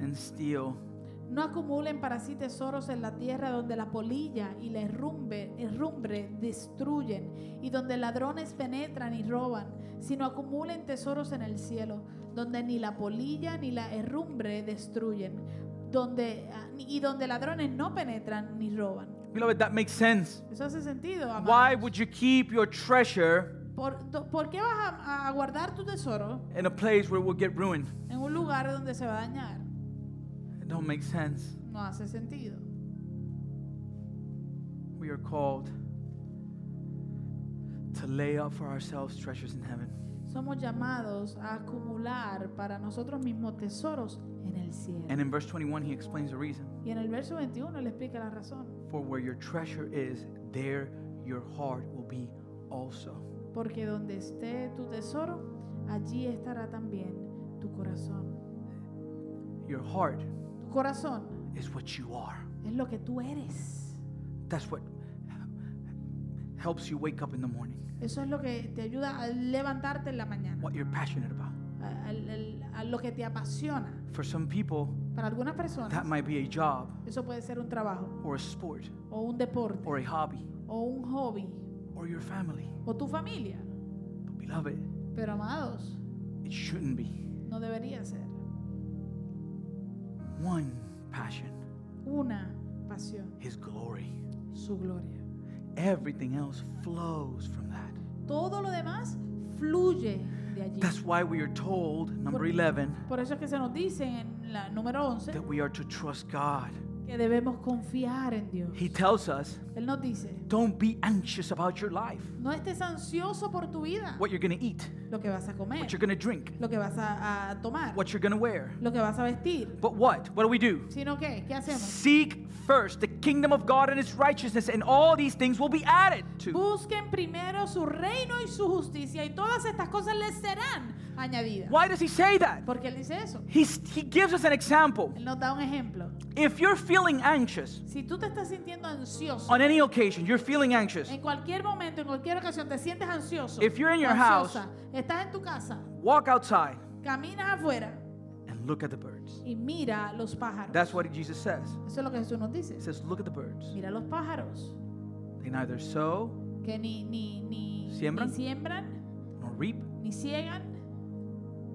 Speaker 1: and steal.
Speaker 2: No acumulen para sí tesoros en la tierra donde la polilla y la herrumbe, herrumbre destruyen y donde ladrones penetran y roban, sino acumulen tesoros en el cielo, donde ni la polilla ni la herrumbre destruyen, donde ah, y donde ladrones no penetran ni roban.
Speaker 1: Beloved, that makes sense.
Speaker 2: Eso hace sentido. amados.
Speaker 1: Why would you keep your treasure
Speaker 2: ¿Por, do- por qué vas a, a guardar tu tesoro
Speaker 1: in a place where it will get ruined?
Speaker 2: en un lugar donde se va a dañar?
Speaker 1: It don't make sense.
Speaker 2: No hace sentido.
Speaker 1: We are called to lay up for ourselves treasures in heaven.
Speaker 2: Somos llamados a acumular para nosotros mismos tesoros en el cielo.
Speaker 1: And in verse 21, he explains the reason.
Speaker 2: y en el verso 21 le explica la razón.
Speaker 1: For where your treasure is, there your heart will be also.
Speaker 2: Porque donde esté tu tesoro, allí estará también tu corazón.
Speaker 1: Your heart
Speaker 2: Tu corazón
Speaker 1: is what you are.
Speaker 2: es lo que tú eres.
Speaker 1: That's what helps you wake up in the morning,
Speaker 2: Eso es lo que te ayuda a levantarte en la mañana,
Speaker 1: what you're passionate about.
Speaker 2: a, al- al- a lo que te apasiona.
Speaker 1: For some people,
Speaker 2: Para algunas
Speaker 1: that
Speaker 2: personas,
Speaker 1: might be a job
Speaker 2: eso puede ser un trabajo,
Speaker 1: or a sport
Speaker 2: o un deporte,
Speaker 1: or a hobby
Speaker 2: o un hobby,
Speaker 1: or your family.
Speaker 2: o tu familia.
Speaker 1: But beloved,
Speaker 2: Pero amados,
Speaker 1: it shouldn't be.
Speaker 2: no debería ser
Speaker 1: One passion,
Speaker 2: una pasión.
Speaker 1: his glory.
Speaker 2: su gloria.
Speaker 1: Everything else flows from that.
Speaker 2: Todo lo demás fluye salen de allí.
Speaker 1: That's why we are told, number 11,
Speaker 2: Por eso es que se nos dice en la número 11
Speaker 1: that we are to trust God.
Speaker 2: que debemos confiar en Dios.
Speaker 1: He tells us,
Speaker 2: Él nos dice,
Speaker 1: don't be anxious about your life,
Speaker 2: no estés ansioso por tu vida,
Speaker 1: what you're going to eat,
Speaker 2: lo que vas a comer,
Speaker 1: what you're going to drink,
Speaker 2: lo que vas a, a tomar,
Speaker 1: what you're going to wear.
Speaker 2: lo que vas a vestir,
Speaker 1: But what? What do we do?
Speaker 2: sino que, ¿qué hacemos?
Speaker 1: Seek first the kingdom of God and its righteousness, and all these things will be added to.
Speaker 2: Busquen primero su reino y su justicia y todas estas cosas les serán añadidas.
Speaker 1: Why does he say that?
Speaker 2: Porque Él dice eso.
Speaker 1: He's, he gives us an example.
Speaker 2: Él nos da un ejemplo.
Speaker 1: If you're feeling anxious
Speaker 2: Si tú te estás sintiendo ansioso,
Speaker 1: on any occasion, you're feeling anxious.
Speaker 2: en cualquier momento, en cualquier ocasión, te sientes ansioso,
Speaker 1: If you're in your
Speaker 2: ansiosa, estás en tu casa,
Speaker 1: Walk outside
Speaker 2: caminas afuera
Speaker 1: and look at the birds.
Speaker 2: y mira los pájaros.
Speaker 1: That's what Jesus says.
Speaker 2: Eso es lo que Jesús nos dice.
Speaker 1: He says, Look at the birds.
Speaker 2: Mira los pájaros
Speaker 1: They neither sow
Speaker 2: que ni, ni, ni,
Speaker 1: ¿Siembran?
Speaker 2: ni siembran,
Speaker 1: nor reap,
Speaker 2: ni ciegan,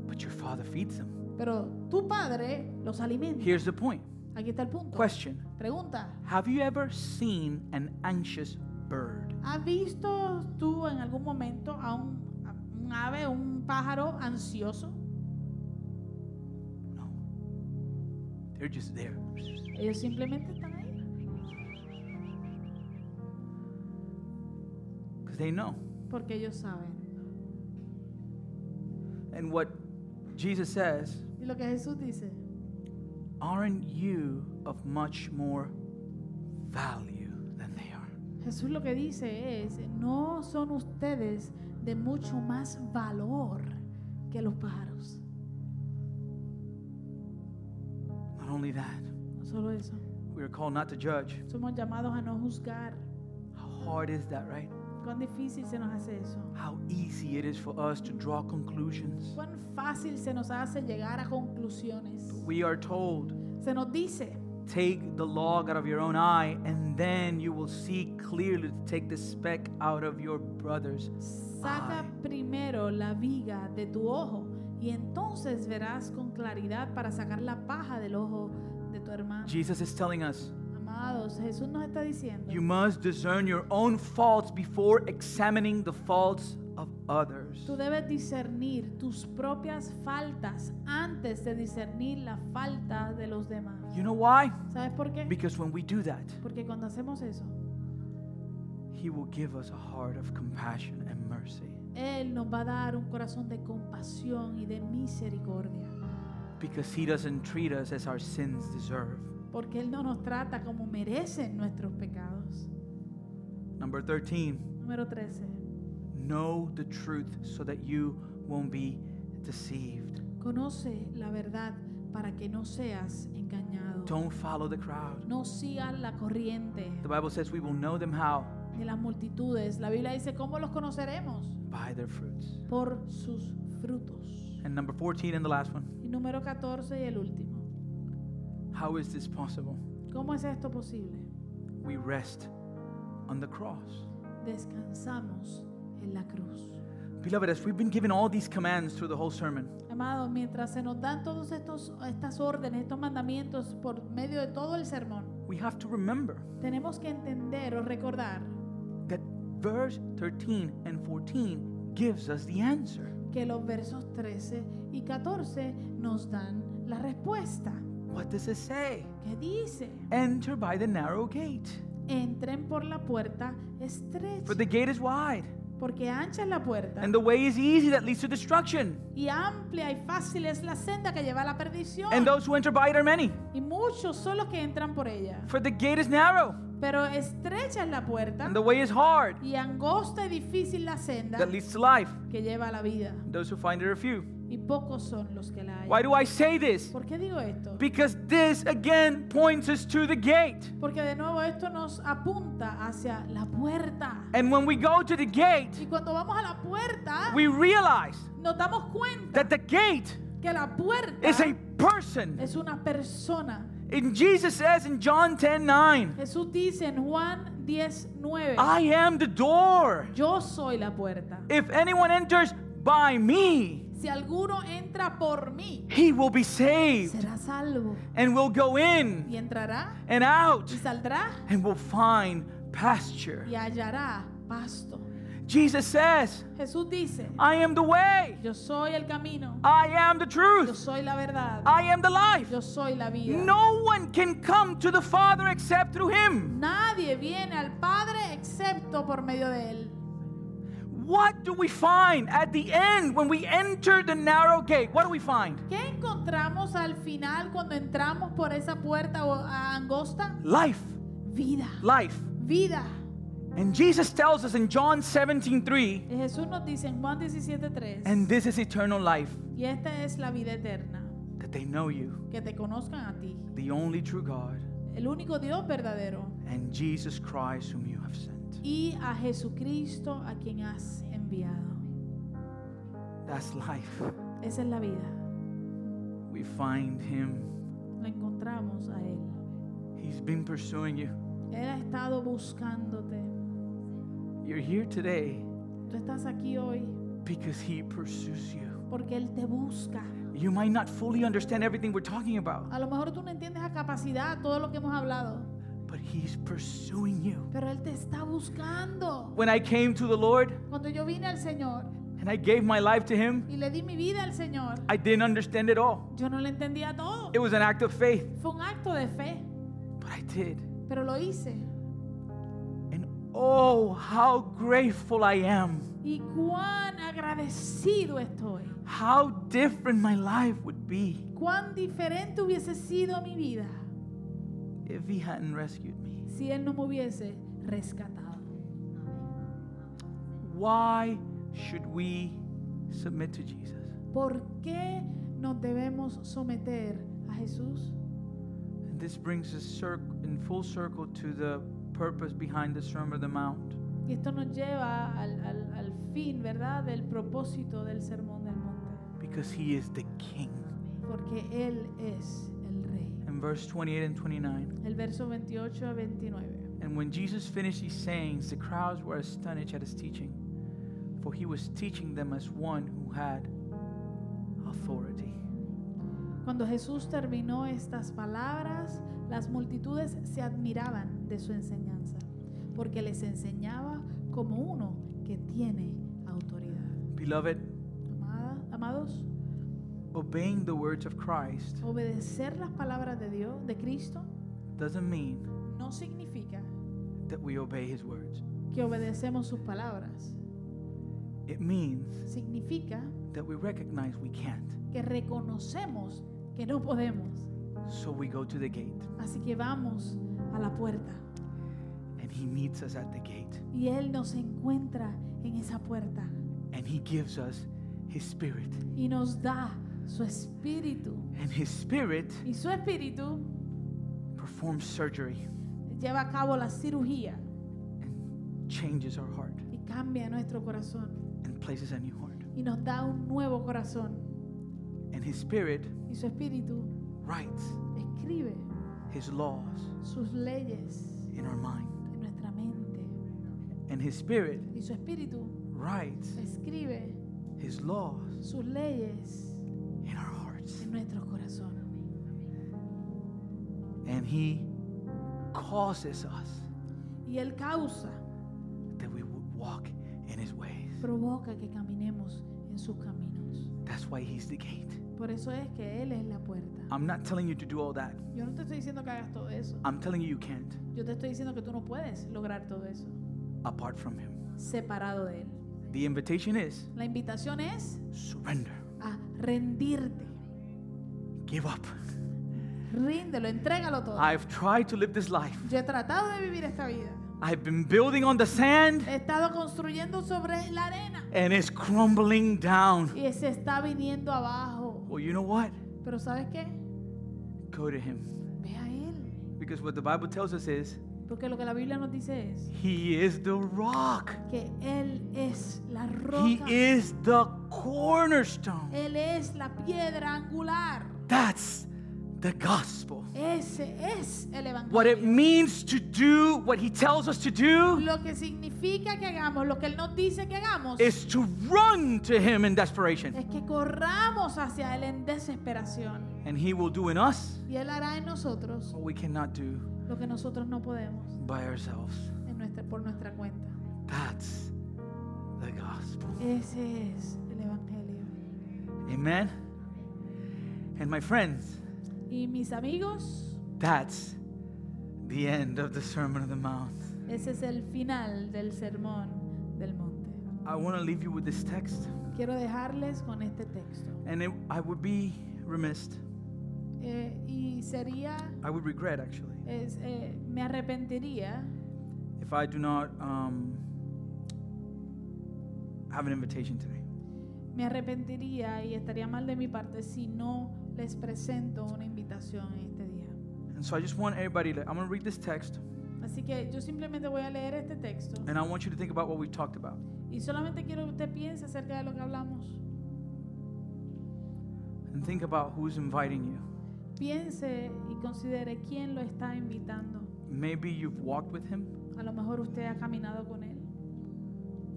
Speaker 1: but your Father feeds them.
Speaker 2: pero tu Padre los alimenta.
Speaker 1: Here's the point.
Speaker 2: Aquí está el punto.
Speaker 1: Question
Speaker 2: Pregunta,
Speaker 1: Have you ever seen an anxious bird?
Speaker 2: ¿has visto tú en algún momento a un, a un ave, un pájaro ansioso?
Speaker 1: No. They're just there.
Speaker 2: Ellos simplemente están ahí
Speaker 1: Because they know.
Speaker 2: porque ellos saben.
Speaker 1: And what Jesus says,
Speaker 2: Y lo que Jesús dice,
Speaker 1: aren't you of much more value than they are?
Speaker 2: Jesús lo que dice es, no son ustedes de mucho más valor que los pájaros.
Speaker 1: Not only that,
Speaker 2: No solo eso.
Speaker 1: we are called not to judge.
Speaker 2: Somos llamados a no juzgar.
Speaker 1: How hard is that, right?
Speaker 2: Cuán difícil se nos hace eso.
Speaker 1: How easy it is for us to draw conclusions.
Speaker 2: Cuán fácil se nos hace llegar a conclusiones.
Speaker 1: We are told,
Speaker 2: Se nos dice,
Speaker 1: take the log out of your own eye, and then you will see clearly to take the speck out of your brother's.
Speaker 2: saca
Speaker 1: Ay.
Speaker 2: primero la viga de tu ojo y entonces verás con claridad para sacar la paja del ojo de tu hermano.
Speaker 1: Jesus is telling us,
Speaker 2: Amados, Jesús nos está diciendo
Speaker 1: you must discern your own faults before examining the faults of others.
Speaker 2: Tú debes discernir tus propias faltas antes de discernir la falta de los demás.
Speaker 1: You know why?
Speaker 2: ¿Sabes por qué?
Speaker 1: Because when we do that,
Speaker 2: Porque cuando hacemos eso,
Speaker 1: He will give us a heart of compassion and mercy.
Speaker 2: Él nos va a dar un corazón de compasión y de misericordia.
Speaker 1: Because He doesn't treat us as our sins deserve.
Speaker 2: Porque Él no nos trata como merecen nuestros pecados.
Speaker 1: Number 13.
Speaker 2: Número 13.
Speaker 1: Know the truth so that you won't be deceived.
Speaker 2: Conoce la verdad para que no seas engañado.
Speaker 1: Don't follow the crowd.
Speaker 2: No sigas la corriente
Speaker 1: The Bible says we will know them how?
Speaker 2: de las multitudes. La Biblia dice, ¿cómo los conoceremos?
Speaker 1: By their fruits.
Speaker 2: Por sus frutos.
Speaker 1: And number 14 and the last one.
Speaker 2: Y número 14 y el último.
Speaker 1: How is this possible?
Speaker 2: ¿Cómo es esto posible?
Speaker 1: We rest on the cross.
Speaker 2: Descansamos en la cruz.
Speaker 1: Beloved, as we've been given all these commands through the whole sermon,
Speaker 2: Amados, mientras se nos dan todos estos estas órdenes, estos mandamientos por medio de todo el sermón,
Speaker 1: we have to remember
Speaker 2: tenemos que entender o recordar
Speaker 1: that verse 13 and 14 gives us the answer.
Speaker 2: que los versos 13 y 14 nos dan la respuesta.
Speaker 1: What does it say?
Speaker 2: ¿Qué dice?
Speaker 1: Enter by the narrow gate,
Speaker 2: Entren por la puerta estrecha,
Speaker 1: for the gate is wide,
Speaker 2: porque ancha es la puerta
Speaker 1: and the way is easy that leads to destruction.
Speaker 2: y amplia y fácil es la senda que lleva a la perdición.
Speaker 1: And those who enter by it are many,
Speaker 2: Y muchos son los que entran por ella.
Speaker 1: for the gate is narrow,
Speaker 2: Pero estrecha es la puerta
Speaker 1: and the way is hard
Speaker 2: y angosta y difícil la senda
Speaker 1: that leads to life.
Speaker 2: que lleva a la vida.
Speaker 1: And those who find it are few.
Speaker 2: Y pocos son los que la
Speaker 1: Why
Speaker 2: hallan.
Speaker 1: do I say this?
Speaker 2: ¿Por qué digo esto?
Speaker 1: Because this again points us to the gate.
Speaker 2: Porque de nuevo esto nos apunta hacia la puerta.
Speaker 1: And when we go to the gate,
Speaker 2: Y cuando vamos a la puerta,
Speaker 1: we realize
Speaker 2: nos damos cuenta
Speaker 1: that the gate
Speaker 2: que la puerta
Speaker 1: is a person.
Speaker 2: es una persona.
Speaker 1: And Jesus says in John 10 9,
Speaker 2: Jesús dice en Juan 19,
Speaker 1: I am the door.
Speaker 2: yo soy la puerta.
Speaker 1: If anyone enters by me,
Speaker 2: Si alguno entra por mí,
Speaker 1: he will be saved
Speaker 2: será salvo
Speaker 1: and will go in
Speaker 2: y entrará
Speaker 1: and out
Speaker 2: y saldrá
Speaker 1: and will find pasture.
Speaker 2: y hallará pasto.
Speaker 1: Jesus says,
Speaker 2: Jesús dice,
Speaker 1: I am the way,
Speaker 2: yo soy el camino,
Speaker 1: I am the
Speaker 2: yo
Speaker 1: truth,
Speaker 2: soy la verdad,
Speaker 1: I am the life.
Speaker 2: yo soy la vida.
Speaker 1: No one can come to the Father except through Him.
Speaker 2: Nadie viene al Padre excepto por medio de Él.
Speaker 1: What do we find at the end when we enter the narrow gate? What do we find?
Speaker 2: ¿Qué encontramos al final cuando entramos por esa puerta o- a- angosta?
Speaker 1: Life,
Speaker 2: Vida,
Speaker 1: life.
Speaker 2: vida.
Speaker 1: And Jesus tells us in John 17 3,
Speaker 2: Y Jesús nos dice en Juan 17:3,
Speaker 1: and this is eternal life,
Speaker 2: y esta es la vida eterna,
Speaker 1: that they know you,
Speaker 2: que te conozcan a ti,
Speaker 1: the only true God,
Speaker 2: el único Dios verdadero,
Speaker 1: and Jesus Christ, whom you have sent.
Speaker 2: y a Jesucristo a quien has enviado.
Speaker 1: That's life.
Speaker 2: Esa es la vida.
Speaker 1: We find Him.
Speaker 2: Lo encontramos a Él.
Speaker 1: He's been pursuing you.
Speaker 2: Él ha estado buscándote.
Speaker 1: You're here today
Speaker 2: Tú estás aquí hoy
Speaker 1: because He pursues you.
Speaker 2: porque Él te busca.
Speaker 1: You might not fully understand everything we're talking about,
Speaker 2: A lo mejor tú no entiendes a capacidad todo lo que hemos hablado,
Speaker 1: but He's pursuing you.
Speaker 2: pero Él te está buscando.
Speaker 1: When I came to the Lord
Speaker 2: Cuando yo vine al Señor
Speaker 1: and I gave my life to Him,
Speaker 2: y le di mi vida al Señor,
Speaker 1: I didn't understand it all.
Speaker 2: yo no le entendía todo.
Speaker 1: It was an act of faith,
Speaker 2: Fue un acto de fe,
Speaker 1: but I did.
Speaker 2: pero lo hice.
Speaker 1: And oh, how grateful I am.
Speaker 2: Y cuán agradecido estoy.
Speaker 1: How different my life would be
Speaker 2: Cuán diferente hubiese sido mi vida
Speaker 1: if He hadn't rescued me.
Speaker 2: si Él no me hubiese rescatado.
Speaker 1: Why should we submit to Jesus?
Speaker 2: ¿Por qué nos debemos someter a Jesús?
Speaker 1: And this brings us cir- in full circle to the purpose behind the Sermon on the Mount.
Speaker 2: Y esto nos lleva al, al- al fin, ¿verdad?, del propósito del Sermón del Monte.
Speaker 1: because he is the king.
Speaker 2: Porque Él es el Rey.
Speaker 1: In verse 28 and 29.
Speaker 2: El verso 28 a 29.
Speaker 1: And when Jesus finished these sayings, the crowds were astonished at his teaching, for he was teaching them as one who had authority.
Speaker 2: Cuando Jesús terminó estas palabras, las multitudes se admiraban de su enseñanza, porque les enseñaba como uno que tiene autoridad.
Speaker 1: Beloved,
Speaker 2: Amada- amados,
Speaker 1: obeying the words of Christ
Speaker 2: obedecer las palabras de Dios, de Cristo,
Speaker 1: doesn't mean
Speaker 2: no significa
Speaker 1: that we obey his words,
Speaker 2: que obedecemos sus palabras.
Speaker 1: it means
Speaker 2: Significa
Speaker 1: that we recognize we can't.
Speaker 2: que reconocemos que no podemos.
Speaker 1: So we go to the gate,
Speaker 2: Así que vamos a la puerta.
Speaker 1: and he meets us at the gate,
Speaker 2: Y Él nos encuentra en esa puerta
Speaker 1: and he gives us his spirit.
Speaker 2: y nos da su espíritu.
Speaker 1: And his spirit
Speaker 2: Y su espíritu
Speaker 1: performs surgery
Speaker 2: lleva a cabo la cirugía
Speaker 1: and changes our heart.
Speaker 2: y cambia nuestro corazón
Speaker 1: and places a new heart.
Speaker 2: y nos da un nuevo corazón.
Speaker 1: And his spirit
Speaker 2: Y su espíritu
Speaker 1: writes
Speaker 2: escribe
Speaker 1: his laws
Speaker 2: sus leyes
Speaker 1: in our mind.
Speaker 2: en nuestra mente.
Speaker 1: And his spirit
Speaker 2: Y su espíritu
Speaker 1: writes
Speaker 2: escribe
Speaker 1: his laws
Speaker 2: sus leyes
Speaker 1: in our hearts.
Speaker 2: en nuestro corazón.
Speaker 1: And he causes us
Speaker 2: Y Él causa,
Speaker 1: that we would walk in his ways.
Speaker 2: provoca que caminemos en sus caminos.
Speaker 1: That's why he's the gate.
Speaker 2: Por eso es que Él es la puerta.
Speaker 1: I'm not telling you to do all that.
Speaker 2: Yo no te estoy diciendo que hagas todo eso.
Speaker 1: I'm telling you you can't
Speaker 2: Yo te estoy diciendo que tú no puedes lograr todo eso
Speaker 1: apart from him.
Speaker 2: separado de Él.
Speaker 1: The invitation is
Speaker 2: La invitación es
Speaker 1: surrender.
Speaker 2: a rendirte.
Speaker 1: Give up.
Speaker 2: Ríndelo, entrégalo todo.
Speaker 1: I've tried to live this life.
Speaker 2: Yo he tratado de vivir esta vida.
Speaker 1: I've been building on the sand
Speaker 2: He estado construyendo sobre la arena
Speaker 1: and it's crumbling down.
Speaker 2: y se está viniendo abajo.
Speaker 1: Well, you know what?
Speaker 2: Pero ¿sabes qué?
Speaker 1: Go to him.
Speaker 2: Ve a Él.
Speaker 1: Because what the Bible tells us is,
Speaker 2: Porque lo que la Biblia nos dice es
Speaker 1: He is the rock.
Speaker 2: que Él es la
Speaker 1: He
Speaker 2: roca.
Speaker 1: is the cornerstone.
Speaker 2: Él es la piedra angular.
Speaker 1: That's the gospel.
Speaker 2: Ese es el
Speaker 1: What it
Speaker 2: Evangelio.
Speaker 1: means to do what He tells us to do
Speaker 2: Lo que significa que hagamos, lo que Él nos dice que hagamos,
Speaker 1: is
Speaker 2: es
Speaker 1: to run to Him in desperation.
Speaker 2: que corramos hacia Él en desesperación.
Speaker 1: And He will do in us
Speaker 2: Y Él hará en nosotros
Speaker 1: what we cannot do
Speaker 2: lo que nosotros no podemos
Speaker 1: by ourselves.
Speaker 2: en nuestra, por nuestra cuenta.
Speaker 1: That's gospel.
Speaker 2: Ese es el Evangelio.
Speaker 1: Amen. And my friends,
Speaker 2: Y mis amigos,
Speaker 1: that's the end of the Sermon on the Mount.
Speaker 2: ese es el final del sermón del monte.
Speaker 1: I want to leave you with this text,
Speaker 2: Quiero dejarles con este texto.
Speaker 1: and it, I would be remiss,
Speaker 2: Eh, y sería,
Speaker 1: I would regret actually,
Speaker 2: es, eh, me arrepentiría
Speaker 1: if I do not um, have an invitation today.
Speaker 2: Me arrepentiría y estaría mal de mi parte si no les presento una invitación en este día.
Speaker 1: And so I just want everybody to, I'm going to read this text,
Speaker 2: Así que yo simplemente voy a leer este texto
Speaker 1: and I want you to think about what we talked about.
Speaker 2: y solamente quiero que usted piense acerca de lo que hablamos.
Speaker 1: And think about who's inviting you.
Speaker 2: Piense y considere quién lo está invitando.
Speaker 1: Maybe you've walked with him,
Speaker 2: A lo mejor usted ha caminado con él,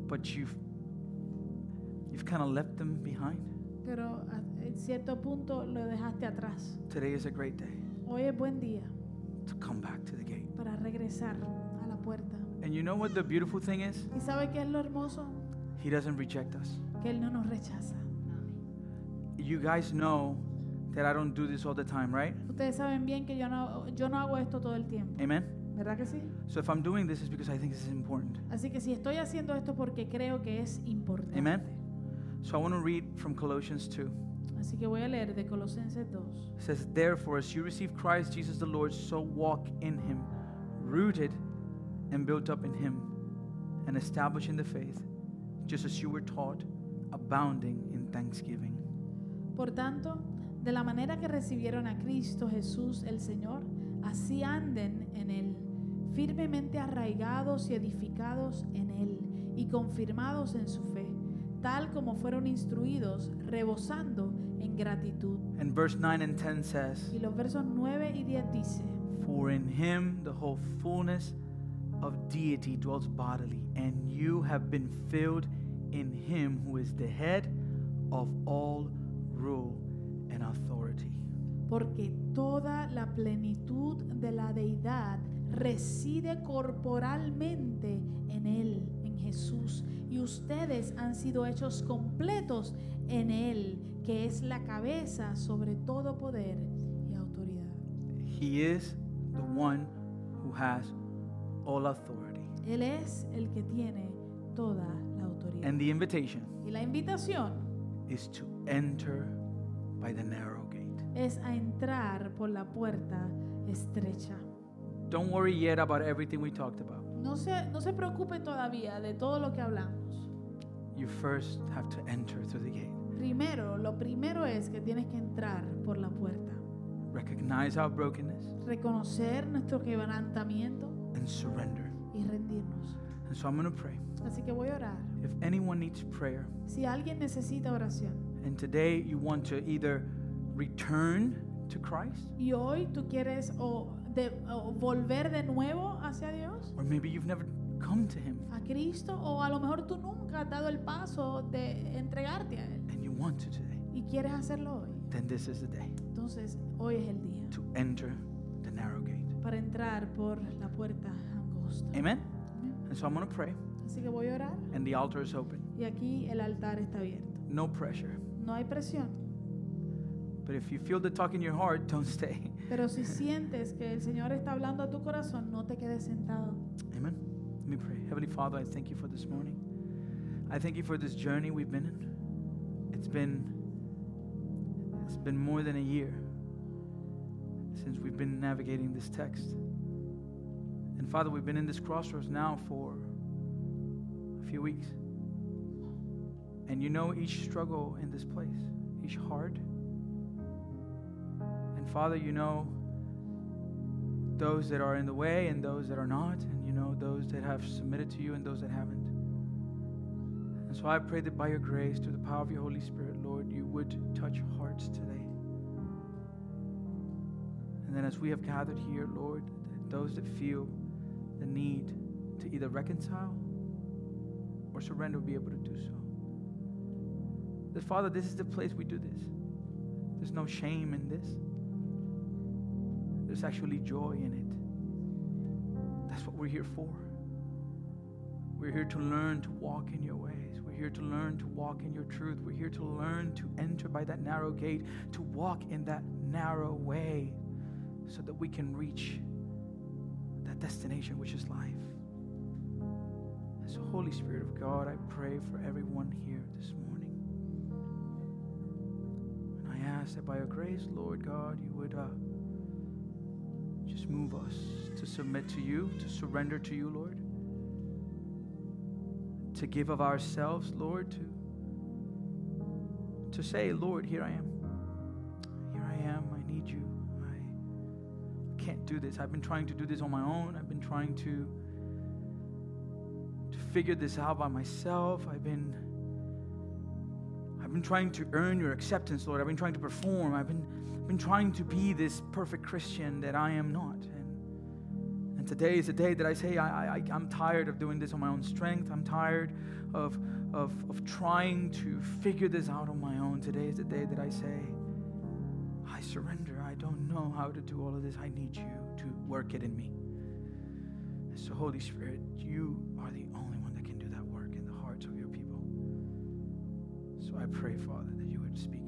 Speaker 1: but you've you've kind of left them behind.
Speaker 2: pero a- en cierto punto lo dejaste atrás.
Speaker 1: Today is a great day
Speaker 2: Hoy es buen día
Speaker 1: to come back to the gate.
Speaker 2: para regresar a la puerta.
Speaker 1: And you know what the beautiful thing is?
Speaker 2: ¿Y sabe qué es lo hermoso?
Speaker 1: He doesn't reject us.
Speaker 2: Que él no nos rechaza.
Speaker 1: You guys know that I don't do this all the time, right?
Speaker 2: Ustedes saben bien que yo no, yo no hago esto todo el tiempo,
Speaker 1: Amen.
Speaker 2: ¿verdad que sí?
Speaker 1: So if I'm doing this, it's because I think this is important.
Speaker 2: Así que si estoy haciendo esto porque creo que es importante.
Speaker 1: Amen. So I want to read from Colossians 2.
Speaker 2: Así que voy a leer de Colosenses 2.
Speaker 1: It says, Therefore, as you receive Christ Jesus the Lord, so walk in him, rooted and built up in him, and established in the faith, just as you were taught, abounding in thanksgiving.
Speaker 2: Por tanto, de la manera que recibieron a Cristo Jesús el Señor, así anden en Él, firmemente arraigados y edificados en Él y confirmados en su fe, tal como fueron instruidos, rebosando en gratitud.
Speaker 1: And verse 9 and 10 says,
Speaker 2: Y los versos 9 y 10 dice,
Speaker 1: For in him the whole fullness of deity dwells bodily, and you have been filled in him who is the head of all rule and authority.
Speaker 2: porque toda la plenitud de la deidad reside corporalmente en Él, en Jesús, y ustedes han sido hechos completos en Él, que es la cabeza sobre todo poder y autoridad.
Speaker 1: He is the one who has all authority.
Speaker 2: Él es el que tiene toda la autoridad.
Speaker 1: And the invitation
Speaker 2: y la invitación
Speaker 1: is to enter by the narrow gate.
Speaker 2: es a entrar por la puerta estrecha.
Speaker 1: Don't worry yet about everything we talked about.
Speaker 2: No se, no se preocupe todavía de todo lo que hablamos.
Speaker 1: You first have to enter through the gate.
Speaker 2: Primero, lo primero es que tienes que entrar por la puerta,
Speaker 1: Recognize our brokenness
Speaker 2: reconocer nuestro quebrantamiento
Speaker 1: and surrender.
Speaker 2: y rendirnos.
Speaker 1: And so I'm going to pray.
Speaker 2: Así que voy a orar.
Speaker 1: If anyone needs prayer,
Speaker 2: Si alguien necesita oración
Speaker 1: and today you want to either return to Christ,
Speaker 2: y hoy tú quieres o, de- o volver de nuevo hacia Dios,
Speaker 1: or maybe you've never come to Him
Speaker 2: a Cristo, o a lo mejor tú nunca has dado el paso de entregarte a Él
Speaker 1: and you want to today,
Speaker 2: y quieres hacerlo hoy,
Speaker 1: then this is the day
Speaker 2: entonces hoy es el día
Speaker 1: to enter the narrow gate.
Speaker 2: para entrar por la puerta angosta.
Speaker 1: Amen.
Speaker 2: Amén.
Speaker 1: And so I'm going to pray,
Speaker 2: Así que voy a orar
Speaker 1: and the altar is open.
Speaker 2: y aquí el altar está abierto.
Speaker 1: No pressure.
Speaker 2: No hay presión.
Speaker 1: But if you feel the talk in your heart, don't stay.
Speaker 2: Pero si sientes que el Señor está hablando a tu corazón, no te quedes sentado.
Speaker 1: Amen. Let me pray. Heavenly Father, I thank you for this morning. I thank you for this journey we've been in. It's been it's been more than a year since we've been navigating this text. And Father, we've been in this crossroads now for a few weeks. And you know each struggle in this place, each heart. And Father, you know those that are in the way and those that are not, and you know those that have submitted to you and those that haven't. And so I pray that by your grace, through the power of your Holy Spirit, Lord, you would touch hearts today. And then as we have gathered here, Lord, that those that feel the need to either reconcile or surrender will be able to do so. That Father, this is the place we do this. There's no shame in this. There's actually joy in it. That's what we're here for. We're here to learn to walk in your ways. We're here to learn to walk in your truth. We're here to learn to enter by that narrow gate, to walk in that narrow way, so that we can reach that destination which is life. And so, Holy Spirit of God, I pray for everyone here this morning. And I ask that by your grace, Lord God, you would uh, just move us to submit to you, to surrender to you, Lord, to give of ourselves, Lord, to, to say, Lord, here I am. Here I am. I need you. I can't do this. I've been trying to do this on my own. I've been trying to to figure this out by myself. I've been I've been trying to earn your acceptance, Lord. I've been trying to perform. I've been I've been trying to be this perfect Christian that I am not. And and today is the day that I say I, I- I I'm tired of doing this on my own strength. I'm tired of of of trying to figure this out on my own. Today is the day that I say I surrender. I don't know how to do all of this. I need you to work it in me. So, Holy Spirit, you are the only one that can do that work in the hearts of your people. So I pray, Father, that you would speak